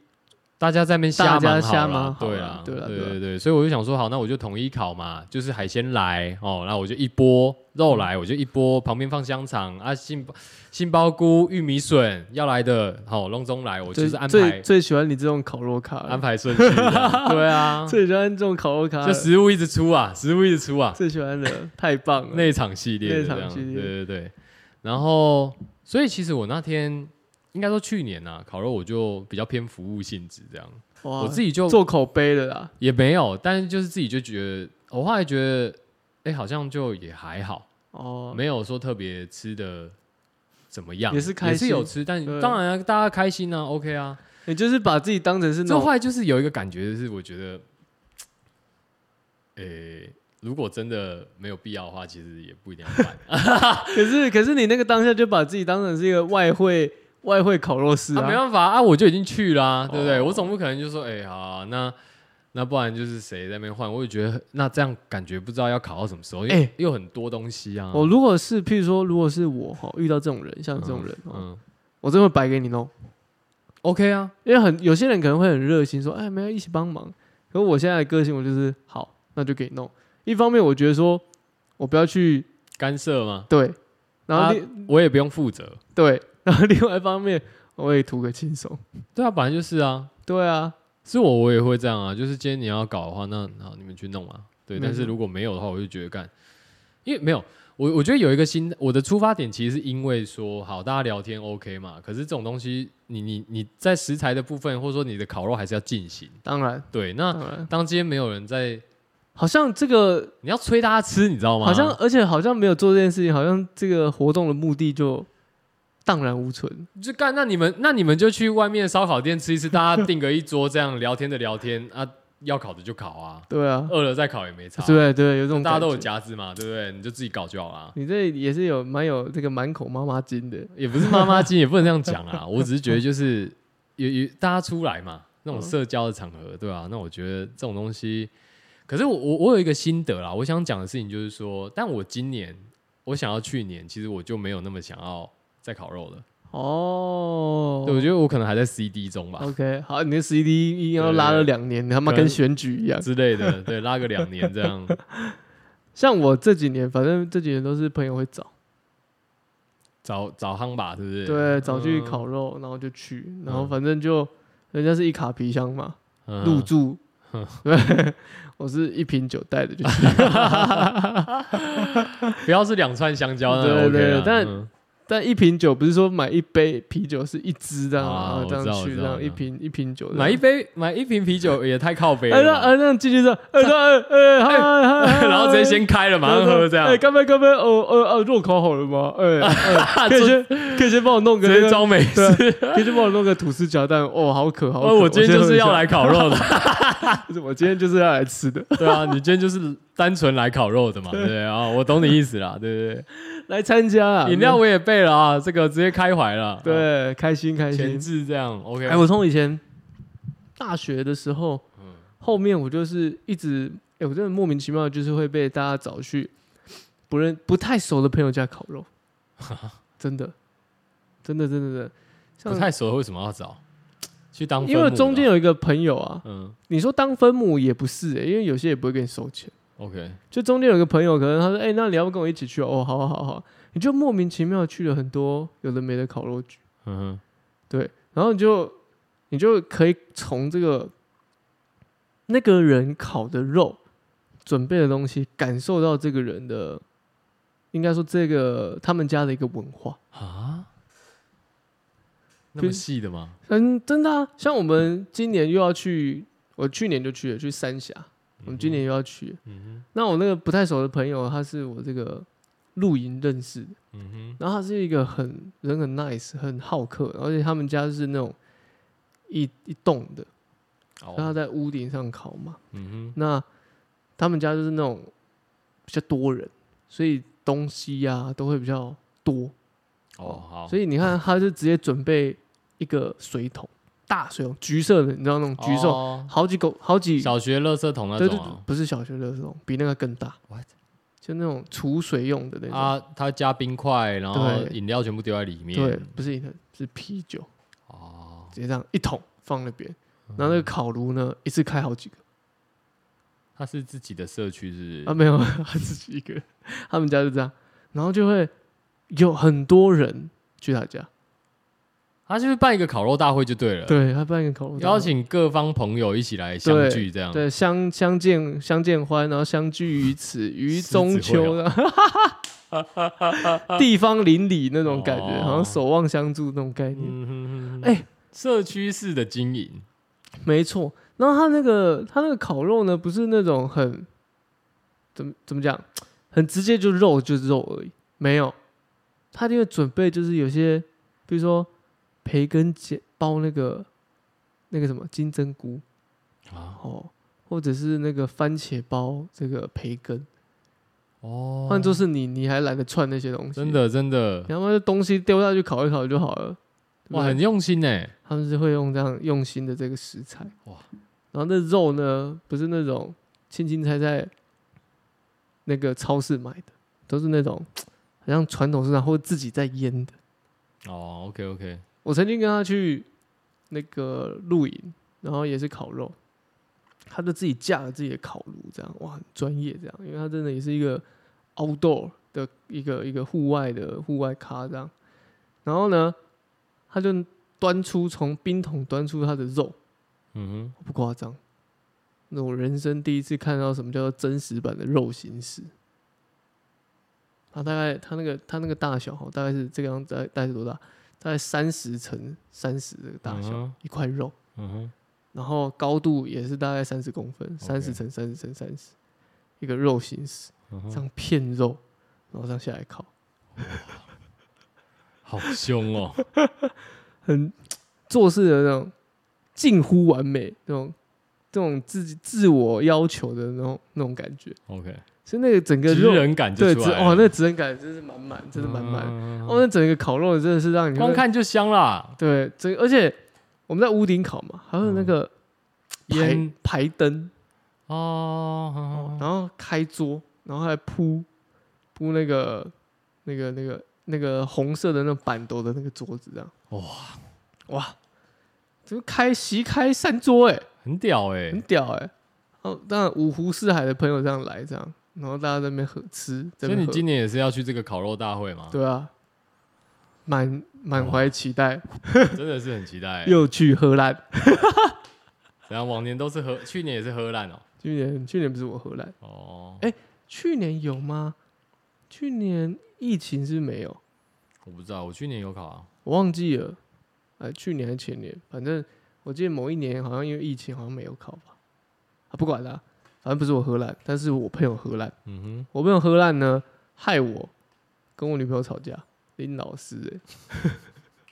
S1: 大家在那边瞎
S2: 大家
S1: 忙
S2: 瞎
S1: 好
S2: 忙
S1: 啦，
S2: 好
S1: 对
S2: 啦
S1: 啦，
S2: 对啦啊
S1: 对啊
S2: 对啦
S1: 对对，所以我就想说，好，那我就统一烤嘛，就是海鲜来哦，那我就一波肉来，
S2: 嗯
S1: 我就一波，旁边放香肠啊，杏鲍杏鲍菇、玉米笋要来的，好、隆中来，我就是安
S2: 最
S1: 排
S2: 最喜欢你这种烤肉咖
S1: 安
S2: 了，
S1: 排顺序的， 对啊，
S2: 最喜欢这种烤肉咖
S1: 就
S2: 了，
S1: 食物一直出啊，食物一直出啊，
S2: 最喜欢的，太棒了。
S1: 内场系列的这样，
S2: 内场系列
S1: 对对对。然后，所以其实我那天应该说去年啊，烤肉我就比较偏服务性质这样，
S2: 哇
S1: 我自己就
S2: 做口碑了啦，啊
S1: 哦也没有，但是就是自己就觉得，我后来觉得，哎、哎、好像就也还好，
S2: 哦，
S1: 没有说特别吃的怎么样，
S2: 也是开
S1: 也是有
S2: 心
S1: 吃，但
S2: 对
S1: 当然、啊、大家开心啊，OK 啊，
S2: 你就是把自己当成是那
S1: 这
S2: 种
S1: 后来就是有一个感觉，就是我觉得，诶、如果真的没有必要的话，其实也不一定 要办。
S2: 可是可是你那个当下就把自己当成是一个外汇外汇烤肉丝
S1: 啊，没
S2: 啊，
S1: 办法啊，我就已经去啦、对不对？
S2: 哦
S1: 我总不可能就说，哎、好啊、那那不然就是谁在那边换？我也觉得那这样感觉不知道要考到什么时候，因为、
S2: 哎哦
S1: 又很多东西啊。
S2: 我如果是譬如说如果是我哈遇到这种人，像这种人哦，
S1: 嗯
S2: 我真的会白给你弄，
S1: ，OK 啊，
S2: 因为很有些人可能会很热心说，哎，没有一起帮忙。可是我现在的个性，我就是好，那就给弄。一方面我觉得说我不要去
S1: 干涉嘛，
S2: 对，然后
S1: 啊
S2: 另、
S1: 我也不用负责。
S2: 对，然后另外一方面我也图个轻松，
S1: 对啊，本来就是啊，
S2: 对啊，
S1: 是我我也会这样啊。就是今天你要搞的话，那好你们去弄啊。对，
S2: 没
S1: 但是
S2: 错
S1: 如果没有的话，我就觉得干，因为没有我，我觉得有一个新我的出发点，其实是因为说好大家聊天 OK 嘛。可是这种东西，你你你在食材的部分，或者说你的烤肉还是要进行。
S2: 当然，
S1: 对，那
S2: 当然，
S1: 当今天没有人在，
S2: 好像这个
S1: 你要催大家吃，你知道吗？
S2: 好像，而且好像没有做这件事情，好像这个活动的目的就荡然无存。
S1: 就干，那你们那你们就去外面烧烤店吃一吃，大家订个一桌这样聊天的聊天啊，要烤的就烤啊，
S2: 对啊，
S1: 饿了再烤也没差。
S2: 对对，有这种
S1: 哦大家都有
S2: 感觉。
S1: 夹子嘛，对不对？你就自己搞就好啦。
S2: 你这也是有蛮有这个满口妈妈经的，
S1: 也不是妈妈经，也不能这样讲啊。我只是觉得就是有有大家出来嘛，那
S2: 嗯
S1: 种社交的场合，对吧、那我觉得这种东西，可是我我我有一个心得啦，我想讲的事情就是说，但我今年我想要去年，其实我就没有那么想要再烤肉了。
S2: 哦，
S1: 对，我觉得我可能还在 CD 中吧
S2: OK，好，你的 CD 一定要拉了两年，你他妈
S1: 可能
S2: 跟选举一样。
S1: 之类的，对，拉个两年这样。
S2: 像我这几年，反正这几年都是朋友会找，
S1: 找找夯吧，是不是？
S2: 对，找去
S1: 嗯
S2: 烤肉，然后就去，然后
S1: 嗯
S2: 反正就人家是一卡皮箱嘛，
S1: 嗯
S2: 入住
S1: 嗯，
S2: 对，我是一瓶酒带的就去，
S1: 不要是两串香蕉，那
S2: 对
S1: OK
S2: 对
S1: 啦
S2: 但
S1: 嗯
S2: 但一瓶酒不是说买一杯啤酒是一支这样，
S1: 啊
S2: 然后这
S1: 我知道
S2: 样
S1: 我
S2: 去，
S1: 知
S2: 这
S1: 道
S2: 样一瓶一瓶酒这样，
S1: 买一杯买一瓶啤酒也太靠背
S2: 哎，
S1: 了吧。
S2: 那哎那样继续这样，哎那哎哎嗨嗨，嗨
S1: 然后直接先开了，马上喝这样
S2: 哎，，干杯干杯！哦哦哦，肉烤好了吗？哎，哎可以先可以先帮我弄个
S1: 直
S2: 那
S1: 接
S2: 个，
S1: 装美
S2: 对
S1: 食。
S2: 可以先帮我弄个吐司夹蛋。哦，好渴好渴！
S1: 哦，我今天就是要来
S2: 我
S1: 烤肉的，
S2: 先喝一下，不是我今天就是要来吃的，
S1: 对啊，你今天就是单纯来烤肉的嘛，对不对啊？我懂你意思啦，对不
S2: 来参加啊！
S1: 对？饮料我也备了啊，这个直接开怀了，啊，
S2: 对，开心开
S1: 前
S2: 心。
S1: 置这样，OK，
S2: 哎，我从以前大学的时候，
S1: 嗯
S2: 后面我就是一直，哎，我真的莫名其妙就是会被大家找去不认不太熟的朋友家烤 肉，真的，真的真的真的，像
S1: 不太熟，为什么要找去当分
S2: 因
S1: 母的啊？
S2: 为中间有一个朋友啊，
S1: 嗯
S2: 你说当分母也不是、欸，因为有些也不会给你收钱。
S1: ，OK，
S2: 就中间有个朋友，可能他说：“哎、那你要不跟我一起去哦？”哦，好好好好，你就莫名其妙去了很多有的没的烤肉局，
S1: 嗯
S2: 对，然后你就你就可以从这个那个人烤的肉准备的东西，感受到这个人的，应该说这个他们家的一个文化。
S1: 哼，啊，那么细的吗？
S2: 嗯，真的啊，像我们今年又要去，我去年就去了，去三峡，我们今年又要去。
S1: 嗯
S2: 那我那个不太熟的朋友，他是我这个露营认识的，
S1: 哼，嗯
S2: 然后他是一个很人很 nice，很好客，而且他们家是那种一一栋的，
S1: 哼，
S2: 然后他
S1: 哦，
S2: 在屋顶上烤嘛。
S1: 嗯
S2: 那他们家就是那种比较多人，所以东西呀、都会比较多，
S1: 哼，哦，好，
S2: 所以你看他就直接准备一个水桶，大水桶，橘色的，你知道那种橘色，
S1: 哦
S2: 好几口，好几
S1: 小学垃圾桶那
S2: 对对
S1: 种
S2: 对
S1: 啊，
S2: 不是小学的那种，比那个更大。
S1: What？
S2: 就那种储水用的那种。
S1: 啊，他加冰块，然后
S2: 对
S1: 饮料全部丢在里面。
S2: 对，不是饮料，是啤酒，
S1: 哦，
S2: 直接这样一桶放那边。
S1: 嗯
S2: 然后那个烤炉呢，一次开好几个
S1: 他是自己的社区是不
S2: 啊？
S1: 是？
S2: 没有， 他自己一个人，他们家就这样，然后就会有很多人去他家，
S1: 他就是办一个烤肉大会就对了，，
S2: 对他办一个烤炉，
S1: 呃邀请各方朋友一起来相聚这样。
S2: 对相相见相见欢，然后相聚于此于
S1: 狮
S2: 中
S1: 子会啊
S2: 秋， 然后地方邻里那种感觉，
S1: 哦
S2: 好像守望相助那种概念。
S1: 嗯哼哼哼，
S2: 哎
S1: 社区式的经营，
S2: 没错，然后他那个他那个烤肉呢，不是那种很怎么怎么讲，很直接，就肉就是肉而已，没有，他一定会准备就是有些，比如说培根煎包那个那个什么金针菇
S1: 啊，
S2: 哦，或者是那个番茄包这个培根，
S1: 哦，
S2: 换做是你，你还懒得串那些东西，
S1: 真，的真的，
S2: 然后就东西丢下去烤一烤就好了，对不
S1: 哇，
S2: 对
S1: 很用心呢。
S2: 他们是会用这样用心的这个食材
S1: 哇
S2: 哇，然后那肉呢，不是那种青青菜菜那个超市买的，都是那种好像传统市场或者自己在腌的。
S1: 哦，OK OK，
S2: 我曾经跟他去那个露营，然后也是烤肉，他就自己架了自己的烤炉，这样哇，很专业这样，因为他真的也是一个 outdoor 的一个一个户外的户外咖这样。然后呢，他就端出从冰桶端出他的肉，
S1: 嗯
S2: 不夸张，那我人生第一次看到什么叫做真实版的肉形式。它大概它那个它那个大小哈，大概是这个样子，大概大概是多大？大概三十乘三十这个
S1: 哼，
S2: 大小，
S1: 嗯哼，
S2: 一块肉，
S1: 嗯哼，
S2: 然后高度也是大概三十公分，三十乘三十乘三十，一个肉形式，
S1: 嗯
S2: 这
S1: 哼，
S2: 样片肉，然后这样下来烤，
S1: 好凶 哦，
S2: 很做事的那种近乎完美那种。这种自己自我要求的那种那种感觉，
S1: OK，
S2: 所以那个整个
S1: 职
S2: 肉
S1: 人感就
S2: 对，
S1: 出
S2: 只
S1: 来
S2: 哦
S1: 了，，
S2: 那职人感真是满满，真的满满。
S1: 嗯
S2: 哦，那整个烤肉真的是让你会
S1: 光看就香啦，
S2: 对，整而且我们在屋顶烤嘛，还有
S1: 嗯
S2: 那个排、
S1: 烟
S2: 排灯，
S1: 哦，
S2: 然后开桌，然后还铺铺那个那个那个那个红色的那种板头的那个桌子，这样
S1: 哇
S2: 哇，怎么开席开三桌哎、
S1: 很屌哎、
S2: 很屌哎、哦，当然五湖四海的朋友这样来这样，然后大家在那边喝吃，在
S1: 所以
S2: 那边
S1: 你
S2: 喝
S1: 今年也是要去这个烤肉大会吗？
S2: 对啊，满满怀期待。
S1: 真的是很期 待、欸。
S2: 又去荷兰。
S1: 然后往年都是荷，去年也是荷兰哦。
S2: 去年去年不是我荷兰，
S1: 哦，
S2: 哎去年有吗？去年疫情是没有，
S1: 我不知道，我去年有考啊。
S2: 我忘记了。哎，去年还前年，反正我记得某一年好像因为疫情好像没有考吧。啊，不管了、反正不是我荷兰，但是我朋友荷兰，
S1: 嗯
S2: 我朋友荷兰呢，害我跟我女朋友吵架，林老师、欸，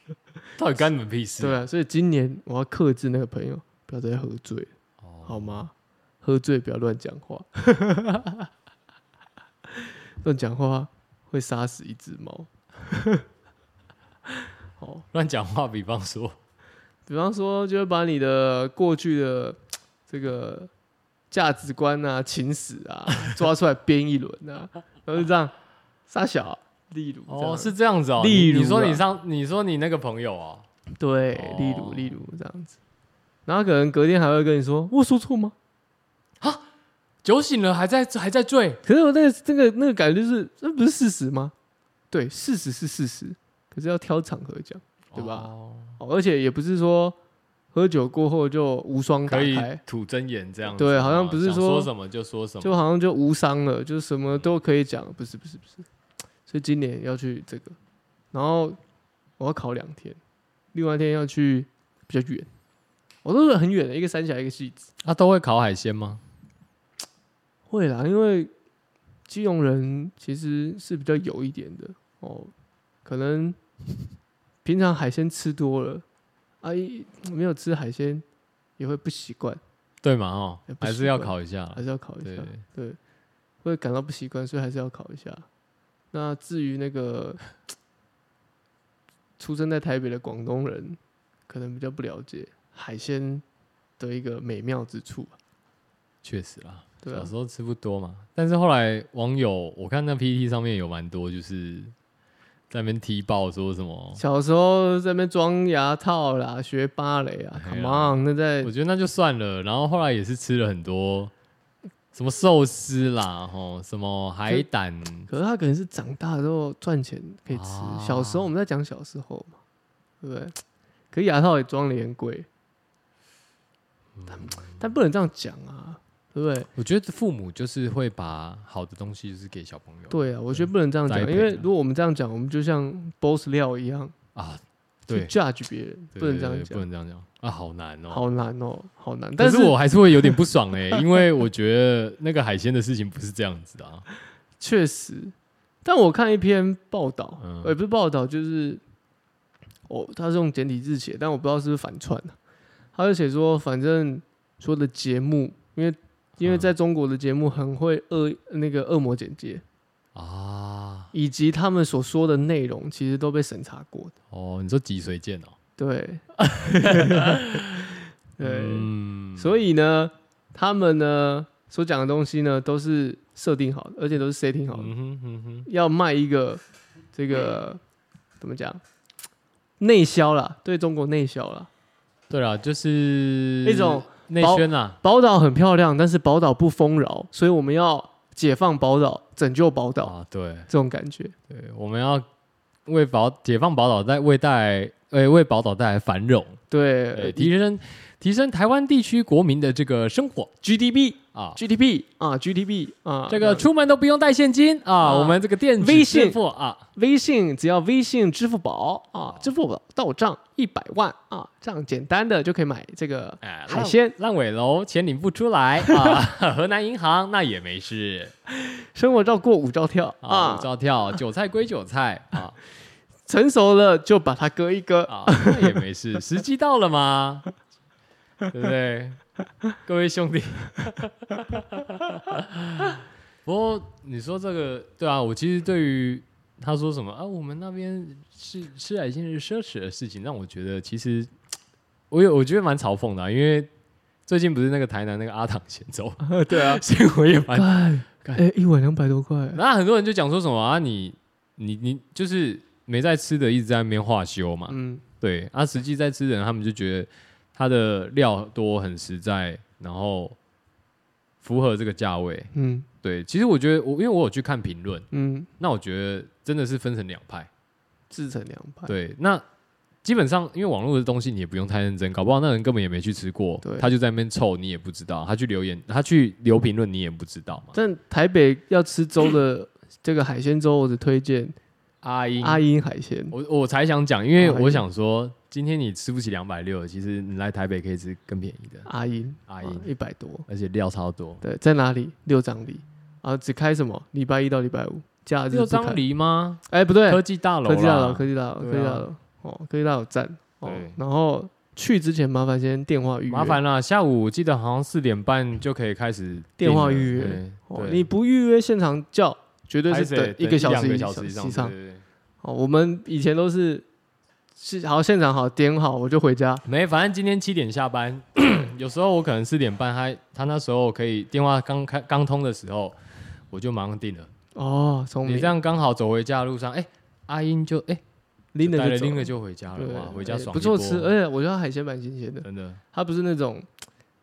S1: 哼，到底干你们屁事？
S2: 对啊，所以今年我要克制那个朋友，不要再喝醉了。
S1: 哦，
S2: 好吗？喝醉不要乱讲话， 乱讲话会杀死一只猫。好，
S1: 乱讲话，比方 说，
S2: 比方说，就会把你的过去的这个价值观啊、情史啊抓出来编一轮 啊，然后就这样杀小，啊例如这样
S1: 哦，是这样子哦。
S2: 例如
S1: 你你说
S2: 啊
S1: 你上，你说你那个朋友哦，
S2: 对，
S1: 哦
S2: 例如例如这样子，然后可能隔天还会跟你说我说错吗？
S1: 酒醒了还在还在醉，
S2: 可是我那个那个那个感觉就是，这不是事实吗？对，事实是事实，可是要挑场合讲，对吧
S1: 哦
S2: 哦，而且也不是说喝酒过后就无双打
S1: 可以
S2: 开，
S1: 吐真言这样子。
S2: 对好像
S1: 哦
S2: 不是
S1: 想
S2: 说
S1: 说什么就说什么。
S2: 就好像就无伤了，就是什么都可以讲，不是不是不是，所以今年要去这个，然后我要考两天，另外一天要去比较远，我都是很远的，一个三峡一个戏子，
S1: 他啊都会烤海鲜吗？
S2: 会啦，因为基隆人其实是比较油一点的哦，可能平常海鲜吃多了，啊，一没有吃海鲜也会不习惯，
S1: 对嘛哦
S2: 哎，不
S1: 还
S2: 习
S1: 是要
S2: 惯
S1: 烤一下啦。
S2: 还是要烤一
S1: 啊对
S2: 下，，对，会感到不习惯，所以还是要烤一下。那至于那个出生在台北的广东人，可能比较不了解海鲜的一个美妙之处啊吧，
S1: 确实啦。
S2: 对
S1: 小
S2: 啊
S1: 时，候吃不多嘛，但是后来网友我看那 PPT 上面有蛮多，就是在那边踢爆说什么，
S2: 小时候在那边装牙套啦，学芭蕾啊
S1: 哎呀
S2: ，Come on，那在
S1: 我觉得那就算了。然后后来也是吃了很多什么寿司啦，吼，什么海胆，
S2: 可是他可能是长大之后赚钱可以吃，
S1: 啊
S2: 小时候我们在讲小时候嘛，对不对？可是牙套也装的很贵，
S1: 嗯
S2: 但但不能这样讲啊，对不对？
S1: 我觉得父母就是会把好的东西就是给小朋友。
S2: 对啊，我觉得不能这样讲
S1: 栽，培
S2: 因为
S1: 啊
S2: 如果我们这样讲，我们就像 boss 料一样
S1: 啊，
S2: 去
S1: 对，
S2: judge 别人，
S1: 对
S2: 不能这
S1: 对对不
S2: 样讲，
S1: 能这样讲啊，好难哦。
S2: 好难哦，好难。但
S1: 欸但 是我还是会有点不爽哎、因为我觉得那个海鲜的事情不是这样子的啊。
S2: 确实，但我看一篇报道，呃
S1: 嗯
S2: 也、不是报道，就是哦，他是用简体字写，但我不知道是不是反串、啊、他就写说，反正说的节目，因为因为
S1: 嗯
S2: 在中国的节目很会恶那个恶魔剪接，
S1: 啊，
S2: 以及他们所说的内容，其实都被审查过的。
S1: 哦，你说脊髓剑哦，
S2: 对， 对，
S1: 嗯
S2: 所以呢，他们呢所讲的东西呢，都是设定好的，而且都是 setting 好的，
S1: 嗯哼嗯哼，
S2: 要卖一个这个怎么讲内销啦，对中国内销啦，
S1: 对啦，就是
S2: 一种
S1: 内啊
S2: 包
S1: 宣啦，
S2: 宝岛很漂亮，但是宝岛不丰饶，所以我们要解放宝岛，拯救宝岛、
S1: 啊，对
S2: 这种感觉。
S1: 对，我们要为宝解放宝岛带为带来，呃，为宝岛带来繁荣，
S2: 对
S1: 对，提升提升台湾地区国民的这个生活
S2: GDP
S1: 啊，
S2: GDP 啊 GDP 啊，
S1: 这个出门都不用带现金啊，
S2: 啊
S1: 我们这个电子
S2: 微信
S1: 支付啊，
S2: 微信只要微信、支付宝啊，支付宝到账一百万啊，这样简单的就可以买这个
S1: 哎，
S2: 海鲜。
S1: 烂尾楼钱领不出来啊， 河南银行那也没事
S2: 生活照过五照跳
S1: 啊，
S2: 啊
S1: 五，照跳，韭菜归韭菜啊
S2: 成熟了就把它割一割。
S1: 啊，那也没 事，时机到了吗？对不对？各位兄弟， 不过你说这个对啊，我其实对于他说什么啊，我们那边吃吃海鲜是奢侈的事情，让我觉得其实我有我觉得蛮嘲讽的啊、因为最近不是那个台南那个阿唐咸粥，
S2: 对啊，
S1: 所以我也蛮
S2: 哎
S1: 干
S2: 哎，一碗两百多块，
S1: 那很多人就讲说什么啊，你你你就是没在吃的，一直在那边化修嘛，
S2: 嗯，
S1: 对啊，实际在吃的人他们就觉得它的料多很实在，然后符合这个价位。
S2: 嗯
S1: 对，其实我觉得我因为我有去看评论，
S2: 嗯，
S1: 那我觉得真的是分成两派。
S2: 制成两百，
S1: 对，那基本上因为网络的东西你也不用太认真，搞不好那人根本也没去吃过
S2: 对，
S1: 他就在那边凑，你也不知道；他去留言，他去留评论，你也不知道嘛。
S2: 但台北要吃 粥的这个海鲜粥，我只推荐
S1: 阿英，
S2: 阿英海鲜。
S1: 我我才想讲，因为
S2: 阿英
S1: 我想说，今天你吃不起两百六，其实你来台北可以吃更便宜的，
S2: 阿英，
S1: 阿英
S2: 啊一百多，
S1: 而且料超多。
S2: 对，在哪里？六张里啊，只开什么？礼拜一到礼拜五，假日
S1: 六
S2: 不开
S1: 张，梨吗？
S2: 哎，不对，
S1: 科技大楼啦，
S2: 科技大楼，科技大楼，
S1: 对啊
S2: 科技大楼，哦，科技大楼站哦
S1: 对。
S2: 然后去之前麻烦先电话预约，
S1: 麻烦啦，下午我记得好像四点半就可以开始
S2: 电话
S1: 订了
S2: 预约
S1: 对
S2: 哦
S1: 对，
S2: 你不预约现场叫，绝对
S1: 还
S2: 是
S1: 是
S2: 等
S1: 得
S2: 一个小
S1: 两
S2: 时
S1: 个
S2: 以
S1: 小时以
S2: 以
S1: 上。
S2: 上
S1: 对。对对
S2: 哦，我们以前都是是好现场好点好我就回家，
S1: 没，反正今天七点下班， 有时候我可能四点半，他他那时候可以电话刚开刚通的时候，我就马上订了。
S2: 哦，聪明，
S1: 你这样刚好走回家的路上，哎，阿英就哎
S2: 拎
S1: 带
S2: 着
S1: 了
S2: 就走
S1: 拎了就回家了，
S2: 对
S1: 哇，回家
S2: 哎
S1: 爽
S2: 不
S1: 一
S2: 错
S1: 波
S2: 吃，而且我觉得它海鲜蛮新鲜的，
S1: 真的
S2: 它不是那种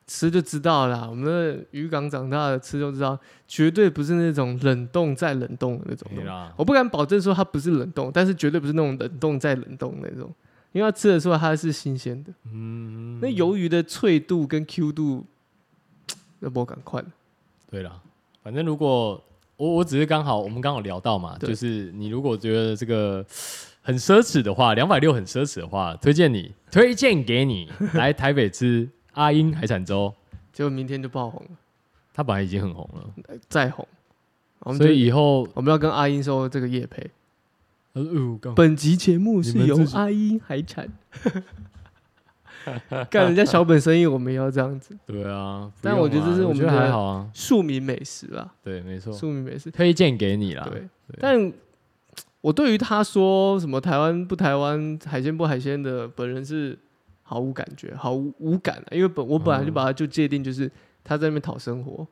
S2: 吃就知道啦，我们的渔港长大的吃就知道，绝对不是那种冷冻再冷冻的那种东
S1: 对
S2: 西。
S1: 啦，
S2: 我不敢保证说它不是冷冻，但是绝对不是那种冷冻再冷冻那种，因为它吃的时候它是新鲜的。
S1: 嗯，
S2: 那鱿鱼的脆度跟 Q 度，那不赶快。
S1: 对啦，反正如果我我只是刚好我们刚好聊到嘛，
S2: 对
S1: 就是你如果觉得这个很奢侈的话，两百六很奢侈的话，推荐你推荐给你来台北吃阿英海产粥，
S2: 结果明天就爆红了，
S1: 它本来已经很红了，
S2: 呃再红，我们
S1: 所
S2: 就
S1: 以以后
S2: 我们要跟阿英收这个业配。
S1: 呃呃刚
S2: 本集节目是
S1: 你
S2: 由
S1: 们自己
S2: 阿英海产。 干人家小本生意，我们也要这样子，
S1: 对啊，不
S2: 但
S1: 用
S2: 我觉得
S1: 啦
S2: 这是
S1: 我
S2: 我
S1: 觉
S2: 们
S1: 得还
S2: 的
S1: 好啊，
S2: 庶民美食啊，
S1: 对，没错，
S2: 庶民美食。
S1: 推荐给你啦，
S2: 对，啊但我对于他说什么台湾不台湾、海鲜不海鲜的，本人是毫无感觉，毫无无感、啊，因为本我本来就
S1: 嗯
S2: 把它就界定就是他在那边讨生活，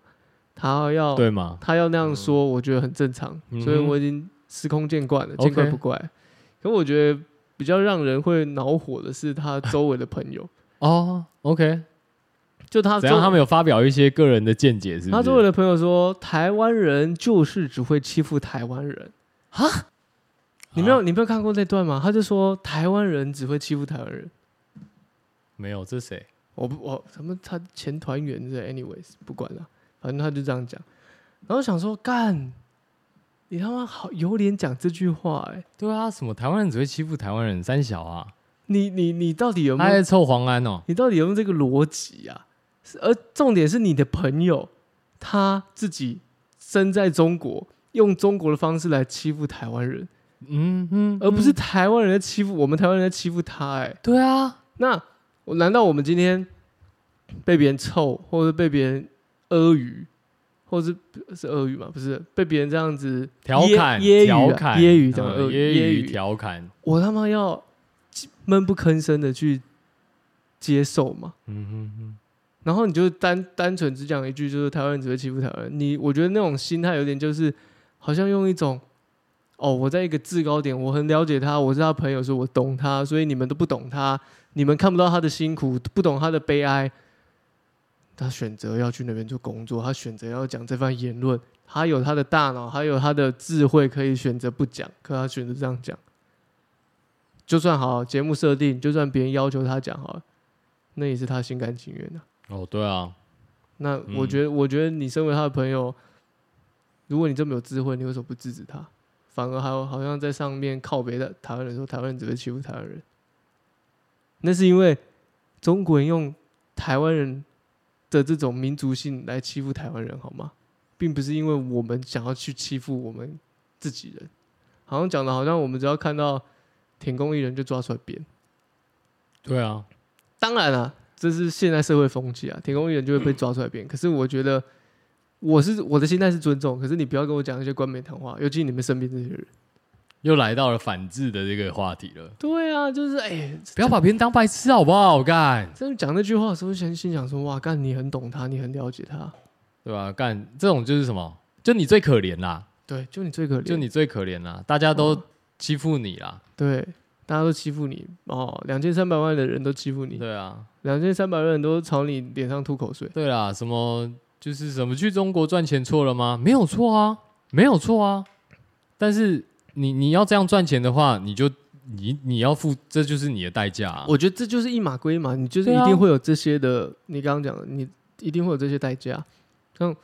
S2: 他要
S1: 对嘛，
S2: 他要那样说，我觉得很正常，
S1: 嗯哼
S2: 所以我已经司空见惯了，
S1: OK
S2: 见怪不怪。可我觉得比较让人会恼火的是他周围的朋友，
S1: 哦，OK，
S2: 就他
S1: 怎样？
S2: 周
S1: 他们有发表一些个人的见解，是不
S2: 他
S1: 是？
S2: 周围的朋友说，台湾人就是只会欺负台湾人啊。你没
S1: 啊
S2: 有你没有看过那段吗？他就说台湾人只会欺负台湾人。
S1: 没有？这谁？
S2: 我不我什么他前团员是 anyways 不管了，反正他就这样讲。然后想说干，你他妈好有脸讲这句话哎、
S1: 对啊，什么台湾人只会欺负台湾人，三小啊，
S2: 你你你到底有
S1: 他
S2: 没
S1: 在
S2: 有？
S1: 凑黄安哦。
S2: 你到底有没有这个逻辑啊？是而重点是你的朋友他自己身在中国，用中国的方式来欺负台湾人，
S1: 嗯嗯，
S2: 而不是
S1: 嗯
S2: 台湾人在欺负我们，台湾人在欺负他、哎，
S1: 对啊，
S2: 那我难道我们今天被别人臭，或者被别人阿谀，或者是是阿谀吗？不是被别人这样子
S1: 调
S2: 揶
S1: 侃
S2: 揶揄啊
S1: 调侃
S2: 揶揄讲
S1: 嗯揶
S2: 恶揶揄
S1: 揄调侃，
S2: 我他妈要闷不吭声的去接受嘛。
S1: 嗯哼哼，
S2: 然后你就单单纯只讲一句，就是台湾人只会欺负台湾人。你我觉得那种心态有点就是，好像用一种，哦，我在一个制高点，我很了解他，我是他朋友，所以我懂他，所以你们都不懂他，你们看不到他的辛苦，不懂他的悲哀。他选择要去那边做工作，他选择要讲这番言论，他有他的大脑，他有他的智慧，可以选择不讲，可他选择这样讲。就算好节目设定，就算别人要求他讲好了，那也是他心甘情愿的、
S1: 哦，对啊，
S2: 那
S1: 嗯
S2: 我觉得，我觉得你身为他的朋友，如果你这么有智慧，你为什么不制止他？反而还有好像在上面靠别的台湾人说台湾人只会欺负台湾人，那是因为中国人用台湾人的这种民族性来欺负台湾人，好吗？并不是因为我们想要去欺负我们自己人，好像讲的好像我们只要看到舔共艺人就抓出来扁。
S1: 对啊，
S2: 当然了、啊这是现在社会风气啊，铁公艺人就会被抓出来编。可是我觉得，我是我的心态是尊重，可是你不要跟我讲一些冠冕堂皇话，尤其你们身边这些人。
S1: 又来到了反制的这个话题了，
S2: 对啊，就是哎、
S1: 不要把别人当白痴好不好？干，
S2: 真的讲那句话的时候，先心想说，哇，干你很懂他，你很了解他，
S1: 对吧？干这种就是什么？就你最可怜啦，
S2: 对，嗯就你最可怜，
S1: 就你最可怜啦，大家都欺负你啦，
S2: 对，大家都欺负你哦，两千三百万的人都欺负你，
S1: 对啊，
S2: 两千三百万人都朝你脸上吐口水，
S1: 对啦，什么就是什么去中国赚钱错了吗？没有错啊，没有错啊。但是你你要这样赚钱的话，你就你你要付，这就是你的代价、啊。
S2: 我觉得这就是一码归一码，你就是
S1: 对
S2: 一
S1: 啊
S2: 定会有这些的。你刚刚讲的，你一定会有这些代价。像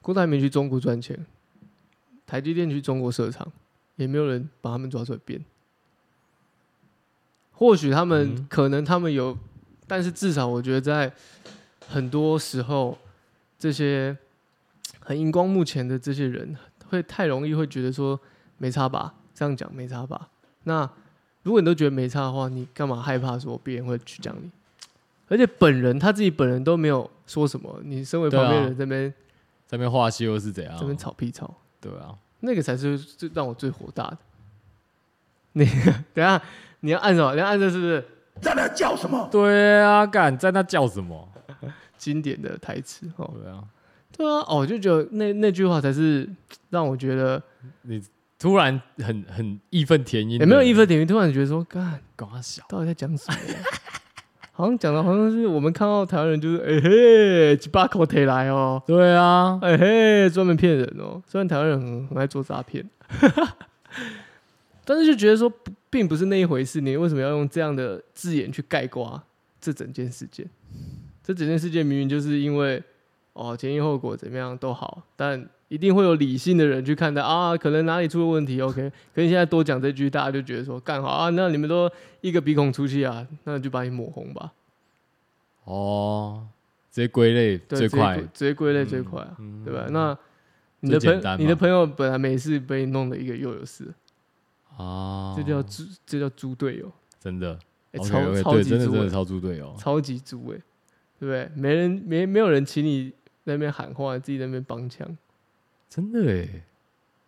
S2: 郭台铭去中国赚钱，台积电去中国设厂，也没有人把他们抓出来编。或许他们、
S1: 嗯
S2: 可能他们有，但是至少我觉得在很多时候，这些很荧光幕前的这些人，会太容易会觉得说没差吧，这样讲没差吧。那如果你都觉得没差的话，你干嘛害怕说别人会去讲你？而且本人他自己本人都没有说什么，你身为
S1: 对啊啊
S2: 旁边人这边、
S1: 这边画西又是怎样？
S2: 这边吵屁吵，
S1: 对啊，
S2: 那个才是最让我最火大的。 你等一下你要按什么？你要按这是不是
S3: 在那叫什么？
S1: 对啊，敢在那叫什么？
S2: 经典的台词？哦，
S1: 对啊，
S2: 对啊，哦，我就觉得那那句话才是让我觉得
S1: 突然很很义愤填膺，
S2: 也没有义愤填膺，突然觉得说，干，
S1: 搞他小，
S2: 到底在讲什么啊？ 好像讲的好像是我们看到台湾人就是，哎、嘿，几把口腿来哦，
S1: 对啊，
S2: 哎嘿，专门骗人哦。虽然台湾人很很爱做诈骗，但是就觉得说不并不是那一回事。你为什么要用这样的字眼去盖瓜这整件事件？这整件事件明明就是因为哦前因后果怎么样都好，但一定会有理性的人去看待啊，可能哪里出了问题。OK，可是现在多讲这句，大家就觉得说干好啊，那你们都一个鼻孔出气啊，那就把你抹红吧，
S1: 哦，直接归类
S2: 对
S1: 最快
S2: 直接，归直接归类最快啊。
S1: 嗯
S2: 对吧？那你的
S1: 最简
S2: 朋
S1: 单
S2: 你的
S1: 嘛
S2: 朋友本来没事被你弄了一个又有事，
S1: 啊，
S2: 这叫猪，这叫猪队友，
S1: 真的
S2: 哎，
S1: OK，
S2: 超
S1: OK，
S2: 超
S1: 对
S2: 级
S1: 真的
S2: 猪
S1: 真的
S2: 欸，
S1: 超猪队友，
S2: 超级猪哎，对不对？没人没没有人请你在那边喊话，自己在那边帮腔，
S1: 真的哎。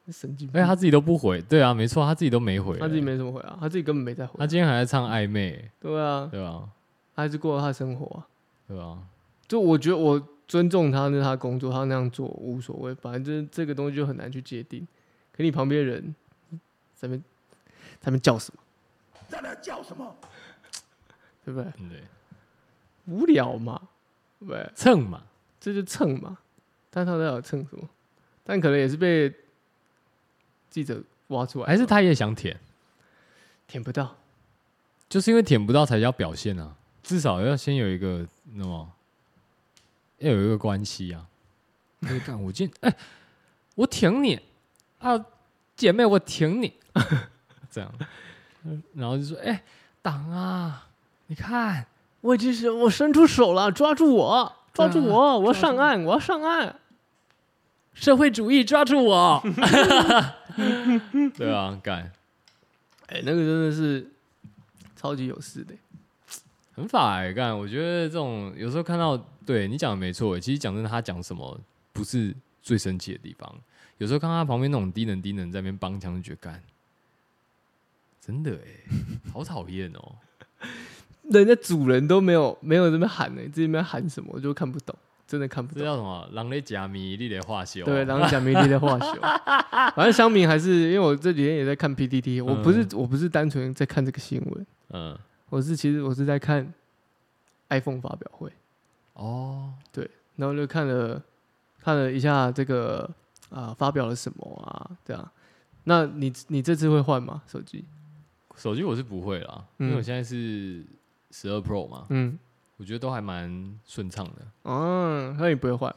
S2: 神经病！
S1: 而且他自己都不回，对啊，没错，哎他自己都没回、
S2: 他自己，没怎么回啊，他自己根本没在
S1: 他
S2: 回，
S1: 今天还在唱暧昧，
S2: 对啊，
S1: 对吧？
S2: 他还是过了他的生活啊。
S1: 对吧？
S2: 就我觉得我尊重他，那是他的工作，他那样做无所谓，反正这个东西就很难去界定。可你旁边人，咱们他们叫什么，
S3: 在那叫什么？
S2: 对不对？
S1: 嗯对，
S2: 无聊嘛，对不对？
S1: 蹭嘛，
S2: 这就蹭嘛。但他到底有蹭什么？但可能也是被记者挖出来，哎
S1: 还是他也想舔，
S2: 舔不到？
S1: 就是因为舔不到才叫表现啊，至少要先有一个那么，要有一个关系啊。就是干，我今哎、我舔你啊，姐妹，我舔你，这样，然后就说哎、党啊，你看，
S2: 我就是我伸出手了，抓住我，抓住
S1: 对啊
S2: 我，我要上岸，我要上岸。
S1: 社会主义抓住我！ 对啊，干
S2: 哎、那个真的是超级有事的、
S1: 很法哎、干！我觉得这种有时候看到，对你讲的没错、其实讲真的，他讲什么不是最生气的地方。有时候看到他旁边那种低能低能在那边帮腔，就觉得干，真的哎、好讨厌哦。
S2: 人家主人都没有没有在那边喊呢、自己在那边喊什么，我就看不懂，真的看不
S1: 这啊叫
S2: 懂。
S1: 什么？狼类假迷，你得化修。
S2: 啊对，然后讲媒体的话修，反正乡民还是因为我这几天也在看 PTT，我不是、我不是单纯在看这个新闻，
S1: 嗯，
S2: 我是其实我是在看 iPhone 发表会，
S1: 哦，
S2: 然后就看了看了一下这个啊、发表了什么啊，这样。那你你这次会换吗？手机？
S1: 手机我是不会啦，
S2: 嗯
S1: 因为我现在是十二 Pro 嘛，
S2: 嗯，
S1: 我觉得都还蛮顺畅的。
S2: 哦，那你不会换？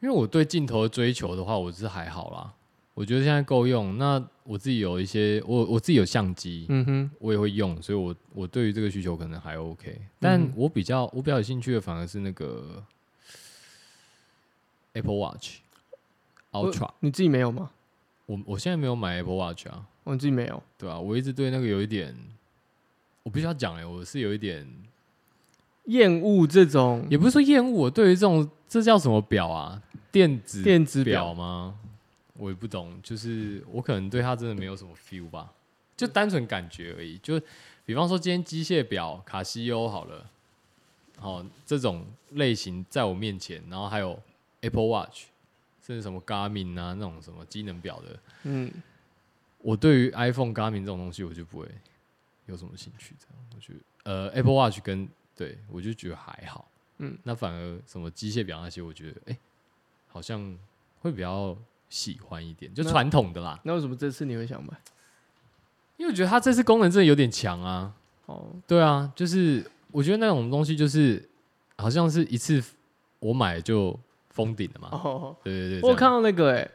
S1: 因为我对镜头的追求的话，我是还好啦，我觉得现在够用。那我自己有一些，我我自己有相机，
S2: 嗯哼，
S1: 我也会用，所以我我对于这个需求可能还 OK。但我比较我比较有兴趣的反而是那个 Apple Watch
S2: 我
S1: Ultra。
S2: 你自己没有吗？
S1: 我我现在没有买 Apple Watch 啊，
S2: 我自己没有。
S1: 对啊，我一直对那个有一点，我必须要讲哎、我是有一点，
S2: 厌恶这种
S1: 也不是说厌恶，我对于这种这叫什么表啊，电子
S2: 电子
S1: 表
S2: 表，
S1: 吗？我也不懂，就是我可能对它真的没有什么 feel 吧，就单纯感觉而已。就比方说今天机械表卡西欧好了，好、这种类型在我面前，然后还有 Apple Watch，甚至什么 Garmin 啊那种什么机能表的，
S2: 嗯，
S1: 我对于 iPhone、Garmin 这种东西我就不会有什么兴趣。这样，我觉得呃 Apple Watch 跟对我就觉得还好，
S2: 嗯，
S1: 那反而什么机械表那些，我觉得哎、好像会比较喜欢一点，就
S2: 那
S1: 传统的啦。
S2: 那为什么这次你会想买？
S1: 因为我觉得它这次功能真的有点强啊，
S2: 哦，
S1: 对啊，就是我觉得那种东西就是好像是一次我买就封顶了嘛，
S2: 哦，
S1: 对对对，
S2: 我
S1: 啊
S2: 有
S1: 这
S2: 看
S1: 样
S2: 到那个、欸，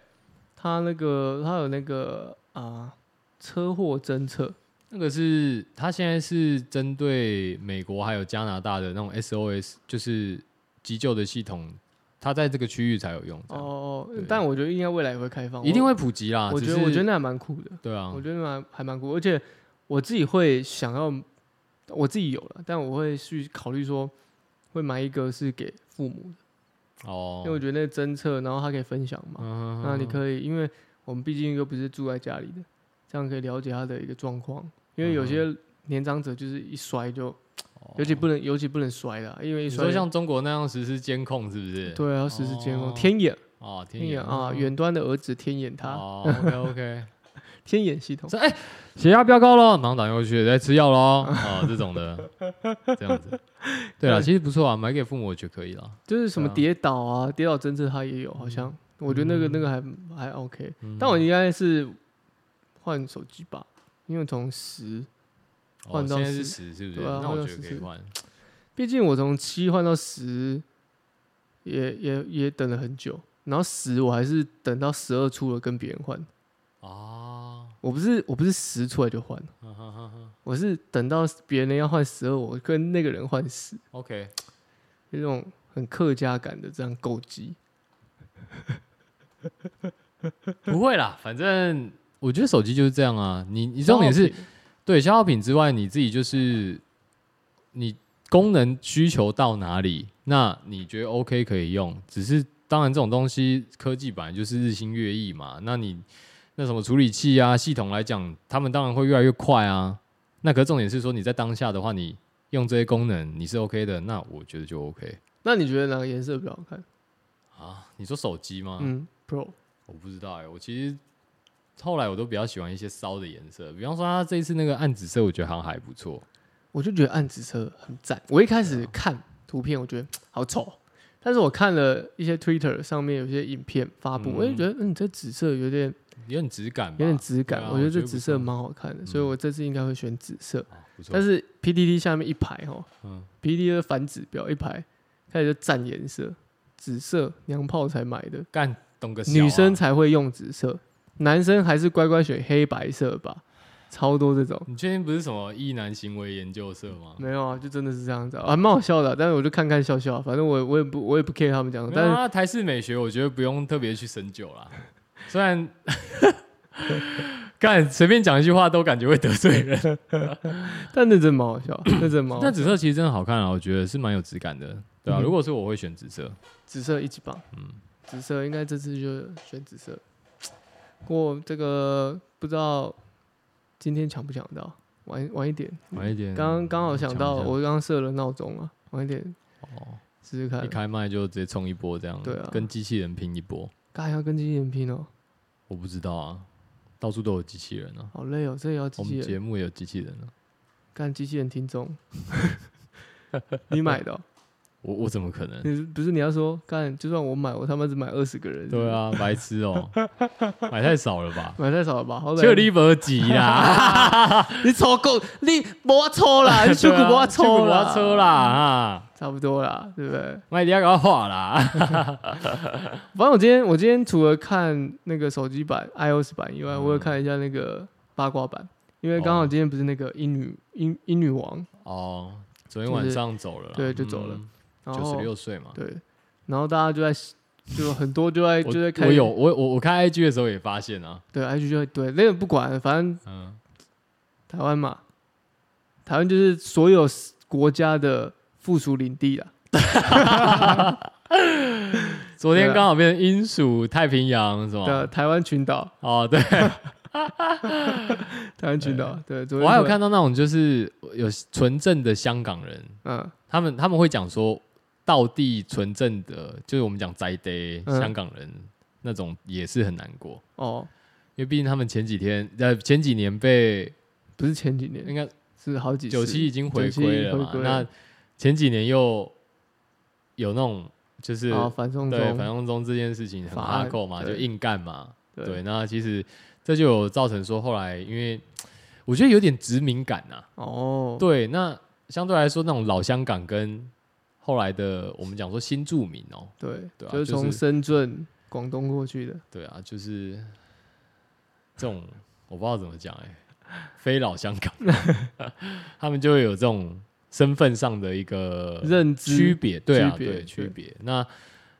S2: 他那个他有那个啊、车祸侦测，
S1: 那个是它现在是针对美国还有加拿大的那种 SOS，就是急救的系统，它在这个区域才有用。哦，
S2: 哦哦
S1: 对，
S2: 但我觉得应该未来也会开放，
S1: 一定
S2: 我。
S1: 会普及啦。
S2: 我
S1: 只
S2: 觉得
S1: 是
S2: 我觉得那还蛮酷的，
S1: 对啊
S2: 我，觉得蛮还蛮酷，而且我自己会想要，我自己有了，但我会去考虑说会买一个是给父母的，
S1: 哦，
S2: 因为我觉得那个侦测，然后他可以分享嘛，
S1: 嗯
S2: 那你可以，因为我们毕竟又不是住在家里的，这样可以了解他的一个状况。因为有
S1: 嗯
S2: 些年长者就是一摔就，尤其不能尤其不能摔的啊，因为一
S1: 哦你
S2: 摔
S1: 说像中国那样实施监控是不是？
S2: 对啊，要实时监控，
S1: 哦
S2: 天眼
S1: 哦，
S2: 天
S1: 天
S2: 眼
S1: 眼
S2: 啊，远端的儿子天眼他
S1: 哦，OK OK，
S2: 天眼系统，
S1: 说哎血压飙高了，马上打电话去，来吃药喽， 哦这种的，这样子。对啊，其实不错啊，买给父母我觉得可以啦。
S2: 就是什么
S1: 对啊嗯
S2: 跌倒啊，跌倒侦测他也有，好像我觉得那个那个还还 OK，但我应该是换手机吧，因为从十，
S1: 哦，
S2: 换到
S1: 现在是
S2: 10
S1: 十是不是？
S2: 对啊
S1: 那
S2: 换
S1: 我
S2: 到
S1: 觉得可以
S2: 14
S1: 换。
S2: 毕竟我从七换到十，也也也等了很久，然后十我还是等到十二出了跟别人换，
S1: 哦，
S2: 我不是我不是十出来就换，
S1: 哈哈哈哈
S2: 我是等到别人要换十二，我跟那个人换十，
S1: ，OK，
S2: 有一种很客家感的这样勾机。
S1: 不会啦，反正我觉得手机就是这样啊。你你重点
S2: 哦
S1: 是对消耗品之外，你自己就是你功能需求到哪里，那你觉得 OK 可以用。只是当然这种东西科技本来就是日新月异嘛，那你那什么处理器啊系统来讲，他们当然会越来越快啊。那可是重点是说你在当下的话，你用这些功能你是 OK 的，那我觉得就 OK
S2: 那你觉得哪个颜色比较好看？
S1: 啊。你说手机吗？
S2: 嗯，Pro
S1: 我不知道哎、我其实后来我都比较喜欢一些骚的颜色，比方说他这一次那个暗紫色，我觉得好像还不错。
S2: 我就觉得暗紫色很赞。我一开始看图片，我觉得好丑，但是我看了一些 Twitter 上面有些影片发布，
S1: 嗯
S2: 我就觉得嗯，这紫色有点
S1: 有点质感吧，
S2: 有点质感，
S1: 对啊
S2: 我觉得这
S1: 不
S2: 紫色
S1: 错嗯
S2: 蛮好看的，所以我这次应该会选紫色。
S1: 哦不错。
S2: 但是 P D D 下面一排哈
S1: 嗯
S2: ，P D D 的反指标一排开始就占颜色，紫色娘炮才买的，
S1: 干懂个小啊
S2: 女生才会用紫色，男生还是乖乖选黑白色吧。超多这种。
S1: 你确定不是什么异男行为研究社吗？
S2: 没有啊，就真的是这样子啊，还蛮好笑的啊、但是我就看看笑笑啊，反正我我也不我也不 care 他们讲的，
S1: 没有
S2: 但是
S1: 啊，台式美学我觉得不用特别去深究啦。虽 然干随便讲一句话都感觉会得罪人，
S2: 但那真蛮好笑，那真蛮好
S1: 但
S2: 笑。
S1: 紫色其实真的好看啊，我觉得是蛮有质感的。对啊，
S2: 嗯
S1: 如果是我会选紫色，
S2: 紫色一级棒，
S1: 嗯
S2: 紫色应该这次就选紫色。不过这个不知道今天抢不抢得到，晚晚一点。
S1: 晚一点。
S2: 刚刚好想到，
S1: 抢一下
S2: 我刚刚设了闹钟啊，晚一点
S1: 哦，
S2: 试试看
S1: 一。开麦就直接冲一波这样，
S2: 对啊
S1: 跟机器人拼一波。
S2: 干要跟机器人拼哦，
S1: 我不知道啊，到处都有机器人啊，
S2: 好累哦，这也要机
S1: 我
S2: 器
S1: 们
S2: 人
S1: 节目也有机器人啊。
S2: 干机器人听众。 你买 的哦、
S1: 我我怎么可能？
S2: 你不是你要说干？就算我买，我他妈只买二十个人。
S1: 对，啊，白痴哦、买太少了 吧？
S2: 买太少了吧？好歹哦
S1: 就你不急 啦，
S2: 你抽够，你我 抽啦，你
S1: 啊
S2: 屁股我抽啦，
S1: 我抽啦，啊，
S2: 差不多啦，对不对？
S1: 麦迪亚搞画啦，
S2: 反正我今天我今天除了看那个手机版 iOS 版以
S1: 嗯
S2: 外，我有看一下那个八卦版，因为刚好今天不是那个英女英英女王，
S1: 哦，昨天晚上走了啦，嗯
S2: 对就走了然
S1: 九十
S2: 后
S1: 六岁嘛。
S2: 对，然后大家就在就很多就在
S1: 我
S2: 就在看
S1: 我有我我我看 IG 的时候也发现啊，
S2: 对 IG 就会对那个不管，反正
S1: 嗯，
S2: 台湾嘛，台湾就是所有国家的附属领地啊啦，
S1: 昨天
S2: 对啊
S1: 刚好变成英属太平洋是
S2: 的
S1: 吗？
S2: 啊台湾群岛，
S1: 哦，对，
S2: 台湾群岛，对，昨天
S1: 我还有
S2: 就
S1: 看到那种就是有纯正的香港人，
S2: 嗯，
S1: 他们他们会讲说，道地纯正的，就是我们讲宅爹
S2: 嗯
S1: 香港人那种也是很难过，
S2: 哦，
S1: 因为毕竟他们前几天呃前几年被
S2: 不是前几
S1: 应
S2: 年，
S1: 该
S2: 是好几次
S1: 九七已经回归了嘛
S2: 97，回归
S1: 那前几年又有那种就是、
S2: 啊反送
S1: 对
S2: 中，
S1: 反送中这件事情很
S2: 法
S1: 哈
S2: 案
S1: 扣嘛，就
S2: 对
S1: 硬干嘛，对，那其实这就有造成说后来因为我觉得有点殖民感啊呐、
S2: 哦，
S1: 对，那相对来说，那种老香港跟后来的我们讲说新住民哦，
S2: 对
S1: 对啊
S2: 就是
S1: 就
S2: 从
S1: 是
S2: 深圳、广东过去的，
S1: 对啊，就是这种我不知道怎么讲哎、非老香港， 他们就会有这种身份上的一个
S2: 认知
S1: 区别，对啊，
S2: 区别
S1: 对区
S2: 对
S1: 别。那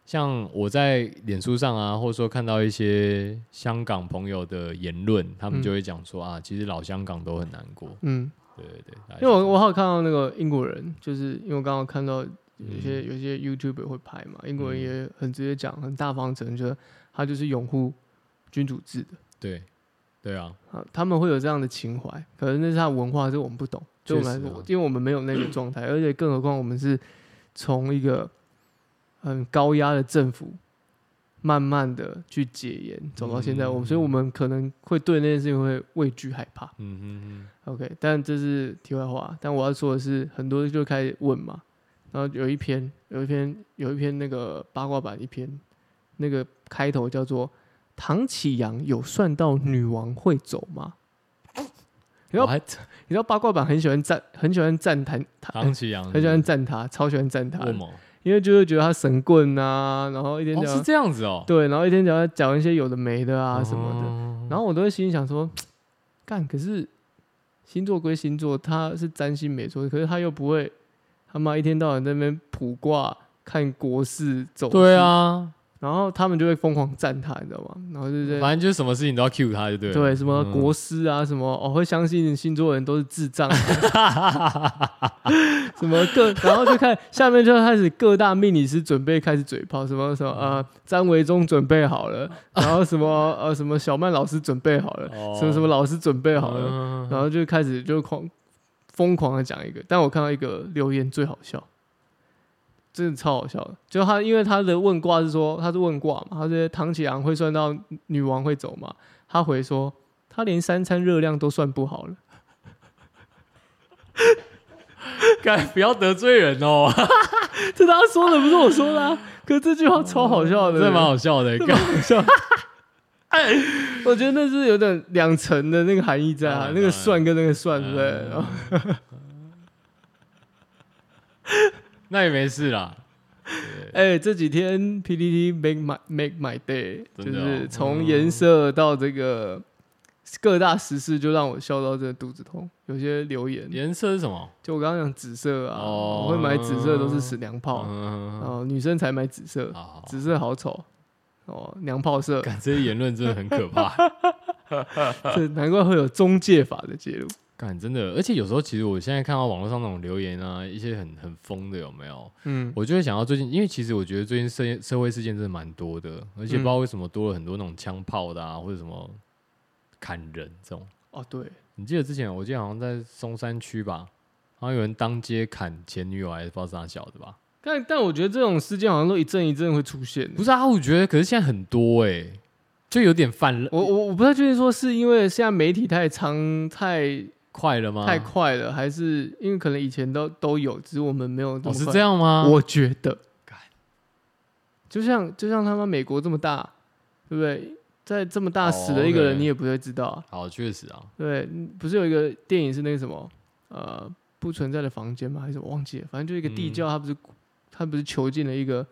S1: 像我在脸书上啊，或者说看到一些香港朋友的言论，他们
S2: 嗯
S1: 就会讲说、啊，其实老香港都很难过，
S2: 嗯，
S1: 对对对，大概
S2: 因
S1: 是这
S2: 为我
S1: 样
S2: 我好看到那个英国人，就是因为我刚刚看到有些、
S1: 嗯
S2: 有些 YouTube 会拍嘛，英国
S1: 嗯
S2: 人也很直接讲，很大方承认，他就是拥护君主制的
S1: 对对啊，
S2: 啊，他们会有这样的情怀，可能那是他文化，这我们不懂，对我
S1: 确
S2: 们来
S1: 实
S2: 说
S1: 啊，
S2: 因为我们没有那个状态，而且更何况我们是从一个很高压的政府。慢慢的去解严，走到现在，我、
S1: 嗯
S2: 所以我们可能会对那件事情会畏惧害怕。
S1: 嗯哼哼。
S2: OK，但这是题外话。但我要说的是，很多就开始问嘛，然后有一篇，有一篇，有一篇那个八卦版一篇，那个开头叫做“唐启阳有算到女王会走吗？”你知道，
S1: 我还
S2: 你知道八卦版很喜欢赞，很喜欢赞谈， 他
S1: 唐启阳
S2: 很喜欢赞他，超喜欢赞他
S1: 为，什么？
S2: 因为就会觉得他神棍啊，然后一天
S1: 哦，
S2: 讲、
S1: 是这样子哦，
S2: 对，然后一天讲讲一些有的没的啊
S1: 哦
S2: 什么的，然后我都会心里想说，干，可是星座归星座，他是占星没错，可是他又不会他妈一天到晚在那边卜卦、看国事走。
S1: 对，啊，
S2: 然后他们就会疯狂赞他，你知道吗？然后就是
S1: 反正就是什么事情都要 cue 他，就对了。
S2: 对什么
S1: 啊嗯
S2: 国师啊，什么哦，会相信星座人都是智障
S1: 嗯
S2: 啊，什么各， 然后就看下面就开始各大命理师准备开始嘴炮，什么什么
S1: 嗯
S2: 呃，张维忠准备好 了，然后什么呃什么小曼老师准备好了，
S1: 哦
S2: 什么什么老师准备好了，
S1: 嗯
S2: 然后就开始就狂疯狂的讲一个，但我看到一个留言最好笑，真的超好笑的。就他因为他的问卦是说他是问卦嘛，他是唐启阳会算到女王会走嘛，他回说他连三餐热量都算不好 了，
S1: 干不要得罪人哦，
S2: 这他说的不是我说 的、啊，可这句话超好笑的，
S1: 这蛮好笑哦的。干
S2: 我觉得那是有点两层的那个含义在
S1: 当
S2: 啊，
S1: 然
S2: 那个
S1: 当然
S2: 算跟那个算，对不对？
S1: 嗯
S2: 然后
S1: 那也没事啦，
S2: 哎、这几天
S1: 哦
S2: PPT make my make my day，、
S1: 真
S2: 就
S1: 的哦
S2: 是从颜色到这个各大时事就让我笑到真的肚子痛。有些留言，
S1: 颜色是什么？
S2: 就我刚刚讲紫色啊，
S1: 哦
S2: 我会买紫色都是死娘炮，
S1: 嗯，哦好
S2: 哦，女生才买紫色，
S1: 好好，
S2: 紫色好丑，哦，娘炮色，
S1: 感这些言论真的很可怕，
S2: 这难怪会有中介法的介入。
S1: 感真的，而且有时候其实我现在看到网络上那种留言啊，一些很很疯的有没有？
S2: 嗯，
S1: 我就会想到最近，因为其实我觉得最近社社会事件真的蛮多的，而
S2: 嗯
S1: 且不知道为什么多了很多那种枪炮的啊，或者什么砍人这种。
S2: 哦对，
S1: 你记得之前我记得好像在松山区吧，好像有人当街砍前女友还是不知道是哪小的吧？
S2: 但但我觉得这种事件好像都一阵一阵会出现。
S1: 不是啊，我觉得可是现在很多哎、就有点泛滥
S2: 我我我不太确定，说是因为现在媒体太猖太
S1: 快了吗？
S2: 太快了，还是因为可能以前都都有，只是我们没有这
S1: 哦
S2: 么
S1: 是
S2: 快
S1: 这样吗？
S2: 我觉得
S1: 干，
S2: 就像就像他妈美国这么大，对不对？在这么大死了一个
S1: 哦
S2: 人，
S1: ，OK
S2: 你也不会知道啊，
S1: 好，确实啊，
S2: 对不对，不是有一个电影是那个什么呃不存在的房间吗？还是我忘记了？反正就一个地
S1: 嗯
S2: 窖，他不是他不是囚禁了一个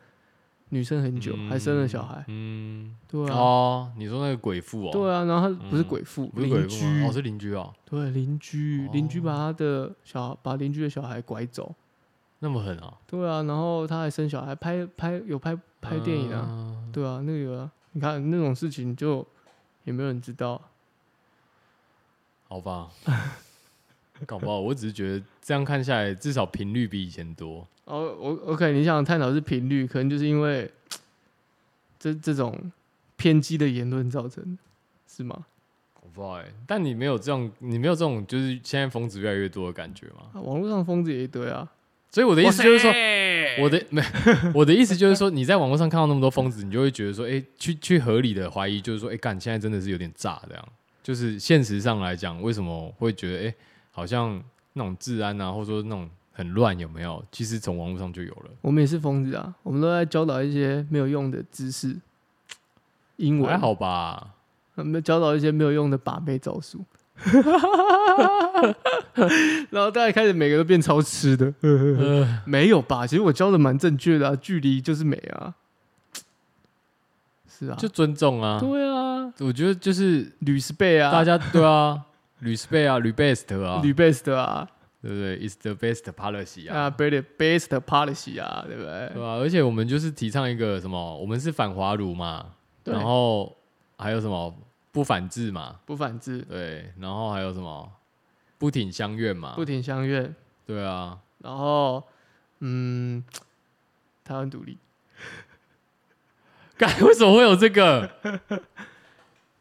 S2: 女生很久，还生了小孩，
S1: 嗯，
S2: 对啊，
S1: 哦，你说那个鬼父哦，
S2: 对啊，然后他不是
S1: 嗯
S2: 鬼父，
S1: 不是鬼
S2: 邻
S1: 父吗？
S2: 居
S1: 哦，，是邻居哦，
S2: 对邻居，邻居把他的小把邻居的小孩拐走，
S1: 那么狠啊，
S2: 对啊，然后他还生小孩，拍拍有拍拍电影啊，
S1: 嗯
S2: 对啊，那个啊你看那种事情就也没有人知道，
S1: 好吧，搞不好我只是觉得这样看下来，至少频率比以前多。
S2: 哦，我 OK，你想探讨是频率，可能就是因为这这种偏激的言论造成的，是吗？
S1: 我不知道哎、但你没有这种，你没有这种，就是现在疯子越来越多的感觉吗？
S2: 啊网络上疯子也一堆啊，
S1: 所以我的意思就是说，我的没， 我的意思就是说，你在网络上看到那么多疯子，你就会觉得说，哎、去去合理的怀疑，就是说，哎、干，现在真的是有点炸，这样。就是现实上来讲，为什么会觉得，哎、好像那种治安啊，或者说那种很乱，有没有？其实从网络上就有了。
S2: 我们也是疯子啊，我们都在教导一些没有用的知识，英文
S1: 还，好吧，
S2: 我们教导一些没有用的把妹招数。 然后大家开始每个都变超吃的，
S1: 呃，
S2: 没有吧？其实我教的蛮正确的啊，距离就是美啊，是啊，
S1: 就尊重啊。
S2: 对啊，
S1: 我觉得就是
S2: 吕 s p 啊，
S1: 大家对啊，respect 啊，rebest 啊，
S2: 吕 best 啊，
S1: 对不对？is the best policy 啊，
S2: 啊 best best policy 啊，对不
S1: 对
S2: 对？
S1: 吧、而且我们就是提倡一个什么，我们是反华奴嘛，
S2: 对
S1: 然后还有什么不反制嘛，
S2: 不反制，
S1: 对，然后还有什么不挺相怨嘛
S2: 不，停相怨，
S1: 对啊，
S2: 然后嗯，台湾独立，
S1: 干为什么会有这个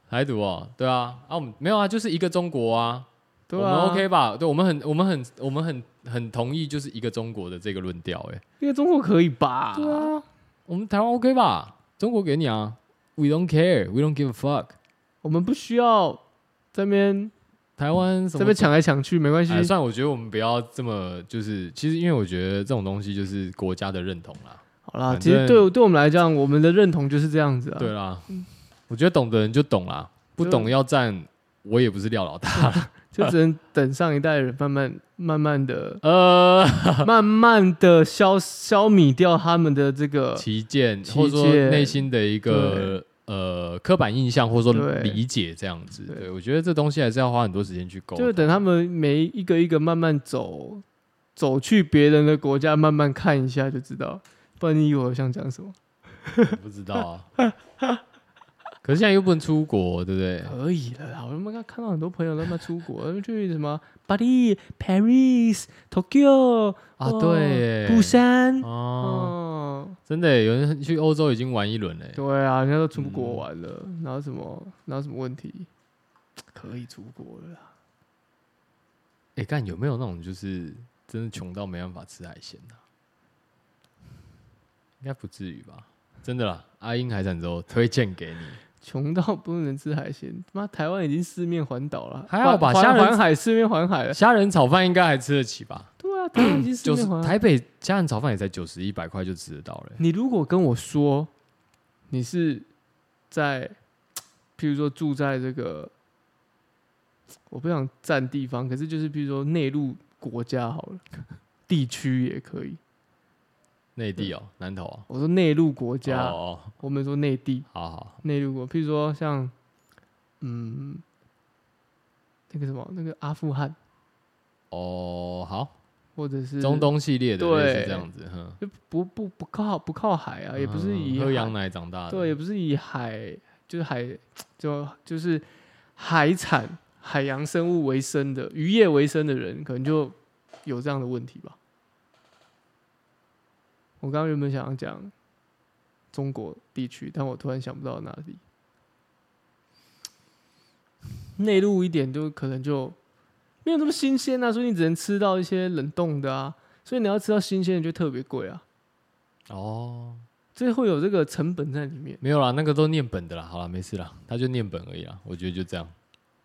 S1: 台独哦？对啊，啊，我们没有啊，就是一个中国啊。
S2: 对
S1: 我
S2: 啊
S1: 们 OK 吧？对，我们很、我们很、我们很、很同意，就是一个中国的这个论调、欸。
S2: 因为中国可以吧？
S1: 对啊，我们台湾 OK 吧？中国给你啊，We don't care, we don't give a fuck。
S2: 我们不需要这边
S1: 台湾什
S2: 这
S1: 么
S2: 边？抢来抢去，没关系
S1: 哎，算了，我觉得我们不要这么就是，其实因为我觉得这种东西就是国家的认同啦，
S2: 好啦。
S1: 反
S2: 其实
S1: 正
S2: 对我对我们来讲，我们的认同就是这样子啊。啊
S1: 对啦，我觉得懂的人就懂啦，不懂要站，我也不是廖老大 啦。
S2: 就只能等上一代人慢慢、慢慢的、
S1: 呃，
S2: 慢慢的消消弭掉他们的这个
S1: 旗舰
S2: 呃旗
S1: 或者说
S2: 舰
S1: 内心的一个呃刻板印象，或者说
S2: 对
S1: 理解这样子。
S2: 对
S1: 对，我觉得这东西还是要花很多时间去沟
S2: 就是
S1: 通。
S2: 等他们每一个一个慢慢走，走去别人的国家，慢慢看一下就知道。不然你以为我想讲什么？
S1: 不知道啊，可是现在又不能出国，对不对？
S2: 可以了啦，我他妈看到很多朋友他妈出国，去什么巴黎、Paris、Tokyo
S1: 啊，
S2: 哦
S1: 对耶，
S2: 釜山，
S1: 哦，
S2: 哦，
S1: 真的耶有人去欧洲已经玩一轮欸嘞，
S2: 对啊，人家都出国玩了，然后什么，然后什么问题？嗯可以出国了啦，啊
S1: 哎，看有没有那种就是真的穷到没办法吃海鲜的、应该不至于吧？真的啦，阿英海产粥推荐给你，
S2: 穷到不能吃海鲜，妈台湾已经四面环岛了，
S1: 还好吧
S2: 环
S1: 虾仁
S2: 环海四面环海了，
S1: 虾仁炒饭应该还吃得起吧？
S2: 对啊，台湾 已经四
S1: 就
S2: 面
S1: 是
S2: 环海了
S1: 台北虾仁炒饭也才九十一百块就吃得到了耶，欸
S2: 你如果跟我说你是在，譬如说住在这个，我不想占地方，可是就是譬如说内陆国家好了，地区也可以。
S1: 内地哦，南投哦，
S2: 我说内陆国家，
S1: 哦，哦
S2: 我们说内地
S1: 好好，
S2: 内陆国，譬如说像嗯那个什么那个阿富汗
S1: 哦，好，
S2: 或者是
S1: 中东系列的类似
S2: 对
S1: 这样子，哼，
S2: 就不不不靠不靠海啊，也不是
S1: 嗯
S2: 以
S1: 喝
S2: 海
S1: 羊奶长大的，
S2: 对，也不是以海就是海就就是海产海洋生物为生的渔业为生的人，可能就有这样的问题吧。我刚刚原本想要讲中国地区，但我突然想不到哪里。内陆一点就可能就没有那么新鲜啊，所以你只能吃到一些冷冻的啊，所以你要吃到新鲜的就特别贵啊，
S1: 哦，
S2: 这会有这个成本在里面。
S1: 没有啦，那个都念本的啦，好啦，没事啦，他就念本而已啦，我觉得就这样，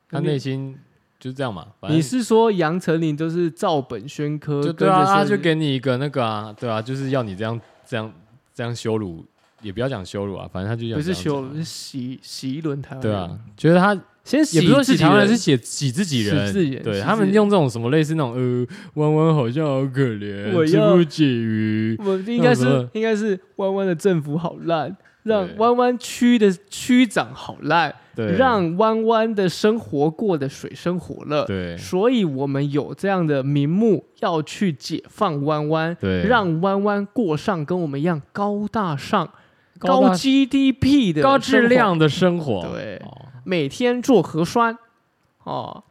S1: 他
S2: 那你
S1: 内心就这样嘛，反正
S2: 你是说杨丞琳都是照本宣科，
S1: 就对
S2: 跟
S1: 啊，
S2: 着
S1: 他
S2: 生
S1: 就给你一个那个啊，对啊，就是要你这样这样这样羞辱，也不要讲羞辱啊，反正他就要
S2: 不
S1: 你
S2: 是
S1: 这样
S2: 修
S1: 讲
S2: 是洗洗一轮台湾，
S1: 啊对啊，，觉得他
S2: 先洗
S1: 也不是说
S2: 自
S1: 洗
S2: 己
S1: 台湾人，
S2: 人
S1: 是写洗自己人，
S2: 洗自己人洗
S1: 对
S2: 自
S1: 他们
S2: 己
S1: 用这种什么类似那种呃，弯弯好像好可怜，
S2: 我
S1: 吃
S2: 要
S1: 不起鱼，
S2: 我应该
S1: 那种什
S2: 是
S1: 么
S2: 应该是弯弯的政府好烂，让
S1: 对
S2: 弯弯区的区长好烂，
S1: 对，
S2: 让弯弯的生活过得水深火热。
S1: 对
S2: 所以，我们有这样的名目要去解放弯弯，
S1: 对
S2: 让弯弯过上跟我们一样高大上、
S1: 高
S2: 高
S1: 大
S2: GDP 的
S1: 高质
S2: 生活
S1: 量的生活，
S2: 对
S1: 哦
S2: 每天做核酸。哦，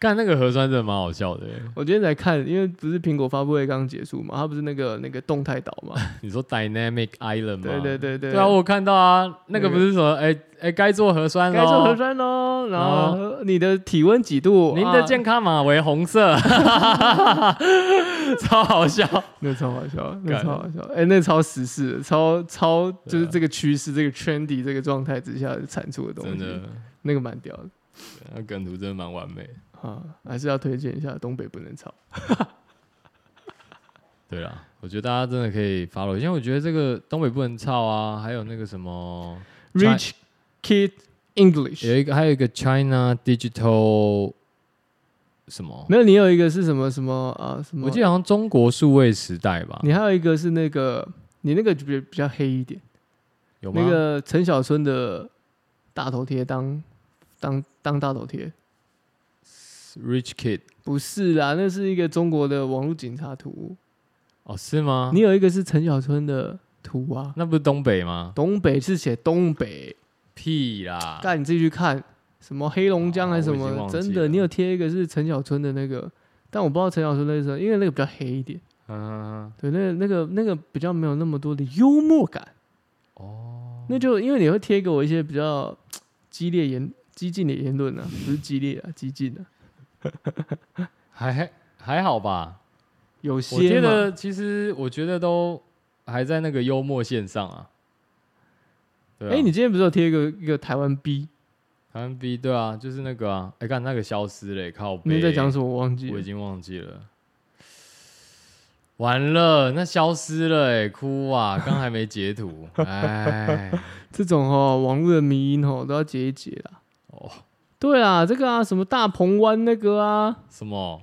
S1: 干那个核酸真的蛮好笑的耶，
S2: 我今天才看，因为不是苹果发布会刚结束嘛，它不是那个那个动态岛嘛？
S1: 你说 Dynamic Island 吗？
S2: 对对对 对，
S1: 对啊，我有看到啊，那个
S2: 那个
S1: 不是什么哎哎该做核酸
S2: 该做
S1: 咯
S2: 核酸喽。然
S1: 啊
S2: 后你的体温几度？
S1: 您的健
S2: 康，
S1: 康码为红 色， 超好笑。
S2: 啊那超好笑，那
S1: 干啊
S2: 超好笑，哎，那超时事的，超超就是这个趋势、这个 trendy 这个状态之下产出的东
S1: 真
S2: 西，
S1: 的，
S2: 那个蛮屌的
S1: 那梗图真的蛮完美的。
S2: 啊，还是要推荐一下东北不能吵。
S1: 对啦，我觉得大家真的可以 follow，因为我觉得这个东北不能操啊，还有那个什么，Chi-
S2: Rich Kid English，
S1: 有一个还有一个 China Digital 什么，
S2: 没有你有一个是什么什么啊什么？
S1: 我记得好像中国数位时代吧，
S2: 你还有一个是那个，你那个就比比较黑一点，
S1: 有吗？
S2: 那个陈小春的大头贴当当当大头贴，
S1: Rich Kid
S2: 不是啦，那是一个中国的网络警察图。
S1: 哦，是吗？
S2: 你有一个是陈小春的图啊，
S1: 那不是东北吗？
S2: 东北是写东北，
S1: 屁啦！
S2: 但你自己去看，什么黑龙江还
S1: 啊
S2: 是什
S1: 哦我已经
S2: 么，
S1: 忘记
S2: 真的，
S1: 了
S2: 你有贴一个是陈小春的那个，但我不知道陈小春那是什么，因为那个比较黑一点，
S1: 嗯，
S2: 对，那个那个那个比较没有那么多的幽默感。
S1: 哦，
S2: 那就因为你会贴给我一些比较激烈言、激进的言论呢、啊，不是激烈啊，激进的、
S1: 还还还好吧。
S2: 有
S1: 我觉
S2: 些嘛
S1: 得其实我觉得都还在那个幽默线上啊。对啊，
S2: 哎、你今天不是有贴一个一个台湾 B？
S1: 台湾 B 对啊，就是那个啊，哎、看那个消失嘞，靠背。
S2: 你在讲什么？我忘记
S1: 我已
S2: 了。
S1: 经忘记了。完了，那消失了哎、哭啊！刚还没截 图，哎，
S2: 这种哦，网络的迷因哦，都要解一解啦。
S1: 哦，
S2: 对啦，这个啊，什么大鹏湾那个啊，
S1: 什么？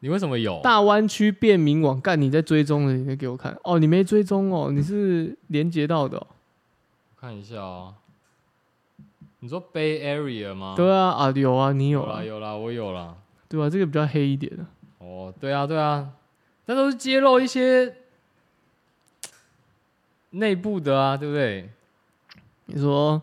S1: 你为什么有？
S2: 大湾区便民网，干你在追踪的，你在给我看哦，你没追踪哦，你是连接到的、哦。
S1: 看一下哦。你说 Bay Area 吗？
S2: 对啊，啊有啊，你有
S1: 有
S2: 啊
S1: 啦，有啦，我有啦。
S2: 对啊，这个比较黑一点的、
S1: 哦，对啊，对啊，那都是揭露一些内部的啊，对不对？
S2: 你说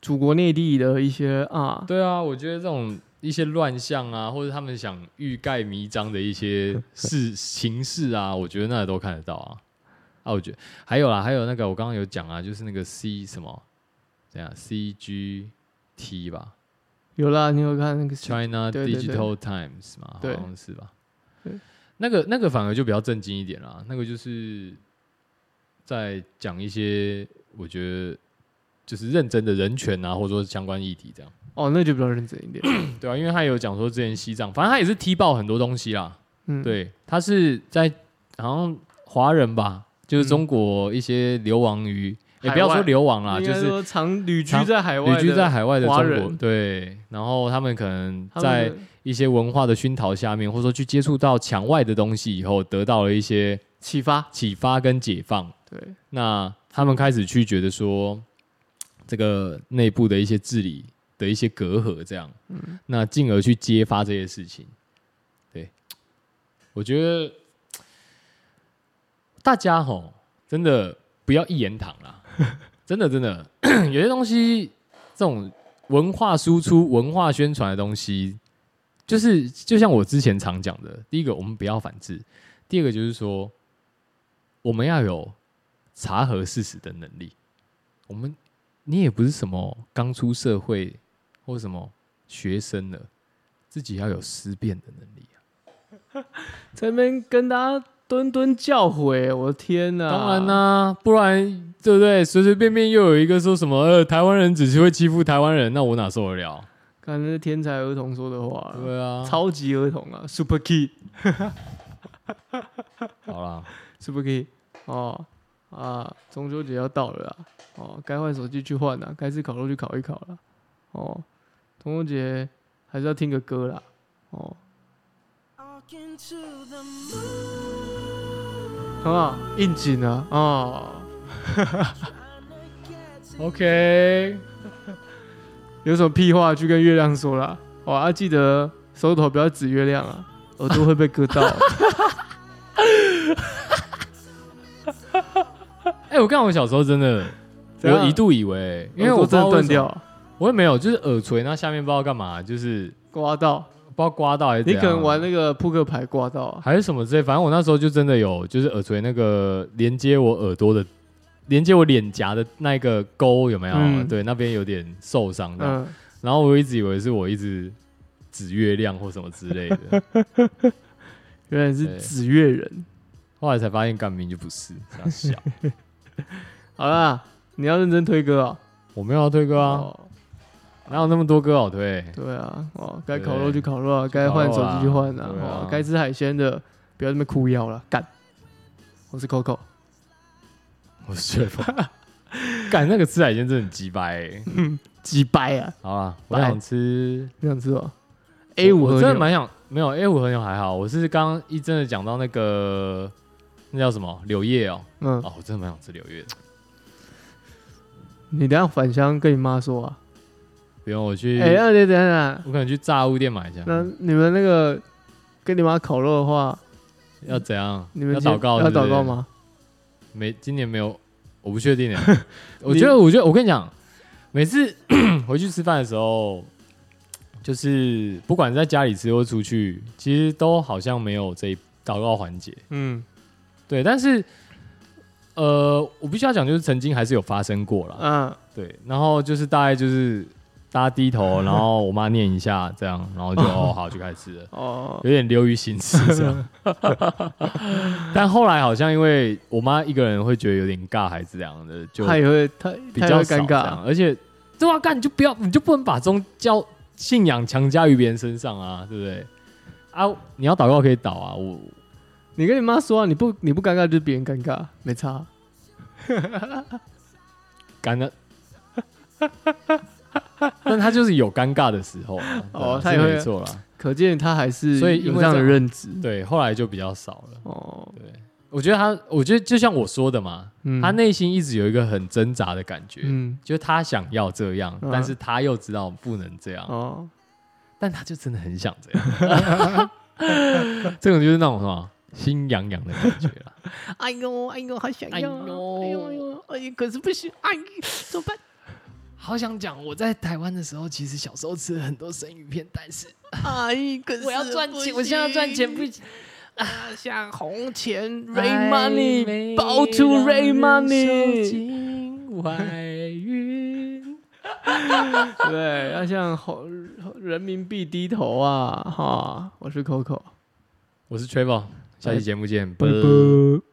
S2: 祖国内地的一些啊，
S1: 对啊，我觉得这种一些乱象啊，或者他们想欲盖弥彰的一些事情势啊，我觉得那都看得到啊。啊，我觉得还有啦，还有那个我刚刚有讲啊，就是那个 C 什么，怎样 CGT 吧
S2: 有啦，你有看那个
S1: ，China
S2: 对对对
S1: Digital Times 嘛，好
S2: 对
S1: 像是吧
S2: 对？
S1: 那个那个反而就比较震惊一点啦，那个就是在讲一些我觉得就是认真的人权啊，或者说相关议题这样。
S2: 哦，那就比较认真一点。
S1: 对啊，因为他有讲说之前西藏，反正他也是踢爆很多东西啦。
S2: 嗯，，
S1: 对，他是在好像华人吧，就是
S2: 嗯
S1: 中国一些流亡于，也、
S2: 海
S1: 不要
S2: 外
S1: 说流亡啦，就
S2: 就是是常旅居
S1: 常
S2: 在海外
S1: 旅
S2: 的，
S1: 居在海外的
S2: 华
S1: 中国，
S2: 人
S1: 对，然后他们可能
S2: 他们
S1: 在
S2: 的
S1: 一些文化的熏陶下面，或者说去接触到墙外的东西以后，得到了一些
S2: 启发，
S1: 启发跟解放。
S2: 对，
S1: 那他们开始去觉得说，这个内部的一些治理的一些隔阂，这样，那进而去揭发这些事情。对，我觉得大家吼，真的不要一言堂啦， 真的真的， 有些东西这种文化输出、文化宣传的东西，就是就像我之前常讲的，第一个我们不要反制，第二个就是说我们要有查核事实的能力。我们你也不是什么刚出社会或什么学生了，自己要有思辨的能力啊。
S2: 在那边跟大家谆谆教诲，我的天呐！
S1: 当然啦、不然对不对？随随便便又有一个说什么呃台湾人只是会欺负台湾人，那我哪受得了？
S2: 看那是天才儿童说的话了，
S1: 对啊，
S2: 超级儿童啊，Super Kid，Super
S1: 好啦，
S2: Kid，哦啊，中秋节要到了啦，哦，该换手机去换啊啦，该吃烤肉去烤一烤啦，哦，中秋节还是要听个歌啦，哦，
S4: Talking to the moon.
S2: 好不好？应景啊，哦，
S1: OK，
S2: 有什么屁话去跟月亮说啦，哇、啊，记得手头不要指月亮啊，耳朵会被割到。啊
S1: 哎、我看我小时候真的，
S2: 怎样
S1: 我一度以为，因为
S2: 耳
S1: 我不
S2: 朵
S1: 知
S2: 真
S1: 道为
S2: 的断
S1: 什
S2: 掉
S1: 么，
S2: 啊，
S1: 我也没有，就是耳垂那下面不知道干嘛，就是
S2: 刮到，
S1: 不知道刮到还是
S2: 你
S1: 怎
S2: 可
S1: 样啊
S2: 能玩那个扑克牌刮到啊，
S1: 还是什么之类，反正我那时候就真的有，就是耳垂那个连接我耳朵的，连接我脸颊的那个沟有没有？
S2: 嗯
S1: 对，那边有点受伤的。
S2: 嗯，
S1: 然后我一直以为是我一直指月亮或什么之类 的，
S2: 原来
S1: 对
S2: 是紫月人。
S1: 后来才发现干明就不是，傻 笑。
S2: 好啦，你要认真推歌啊，
S1: 我没有要推歌啊，
S2: 哦，
S1: 哪有那么多歌哦好推？
S2: 对啊，哦，该
S1: 对
S2: 烤肉就烤肉啊，该
S1: 烤肉
S2: 换
S1: 啊
S2: 手机就换啊，
S1: 对啊
S2: 哦，该吃海鲜的不要那么哭腰了，干。我是 Coco，
S1: 我是 吧？干那个吃海鲜真的很鸡掰、欸。
S2: 鸡掰啊，
S1: 好啦，我想吃
S2: 你想吃哦？A 五
S1: 我
S2: 和
S1: 真的
S2: 牛
S1: 蛮想没有 A 五和牛还好，我是刚刚一真的讲到那个那叫什么柳叶哦、
S2: 嗯，
S1: 哦，我真的蛮想吃柳叶的。
S2: 你等一下返乡跟你妈说啊。
S1: 不用我去，
S2: 哎，那你等一下，
S1: 我可能去炸物店买一下。
S2: 那你们那个跟你妈烤肉的话，
S1: 要怎样？
S2: 你们
S1: 要
S2: 今
S1: 祷告
S2: 要
S1: 是不
S2: 祷
S1: 是
S2: 告？吗？
S1: 没，今年没有，我不确 定哎。我觉得，我觉得，我跟你讲， 每次 回去吃饭的时候，就是不管是在家里吃或出去，其实都好像没有这一祷告环节。
S2: 嗯
S1: 对，但是呃，我必须要讲，就是曾经还是有发生过啦。
S2: 嗯，
S1: 对，然后就是大概就是大家低头，然后我妈念一下这样，然 后就哦好就开始吃了。
S2: 哦，
S1: 有点流于形式这 样，但后来好像因为我妈一个人会觉得有点尬，还是这样的，就
S2: 他也会，他
S1: 比
S2: 他也
S1: 较
S2: 会
S1: 少
S2: 尴
S1: 这
S2: 尬
S1: 样，而且对啊，干你就不要，你就不能把宗教信仰强加于别人身上啊，对不对？啊，你要祷告可以祷啊，我
S2: 你跟你妈说啊，你不你不尴尬就是别人尴尬，没差。
S1: 干的，但他就是有尴尬的时候啊，对啊
S2: 哦他
S1: 是
S2: 也会嗯
S1: 没错啦，
S2: 可见他还是
S1: 所以因为
S2: 有这样
S1: 这
S2: 的
S1: 样
S2: 认知
S1: 对，后来就比较少了。
S2: 哦，
S1: 我觉得他，我觉得就像我说的嘛，
S2: 嗯
S1: 他内心一直有一个很挣扎的感觉，
S2: 嗯
S1: 就是他想要这样，
S2: 嗯
S1: 但是他又知道不能这样，
S2: 哦，
S1: 但他就真的很想这样。 这种就是那种什么心痒痒的感觉啦。
S2: 哎呦哎呦，好想
S1: 要 啊哎呦哎呦哎
S2: 呦，哎呦，可是不行，哎，怎么办？
S1: 好想讲，我在台湾的时候，其实小时候吃了很多生鱼片，但是
S2: 哎，可是
S4: 我要赚钱，我现在要赚钱不行。
S2: 想啊红钱
S1: 哎
S2: rain money，包出 rain money，
S1: 外云。
S2: 对，要向红人民币低头啊！哈，我是 Coco，
S1: 我是 Travel，下期节目见，拜
S2: 拜拜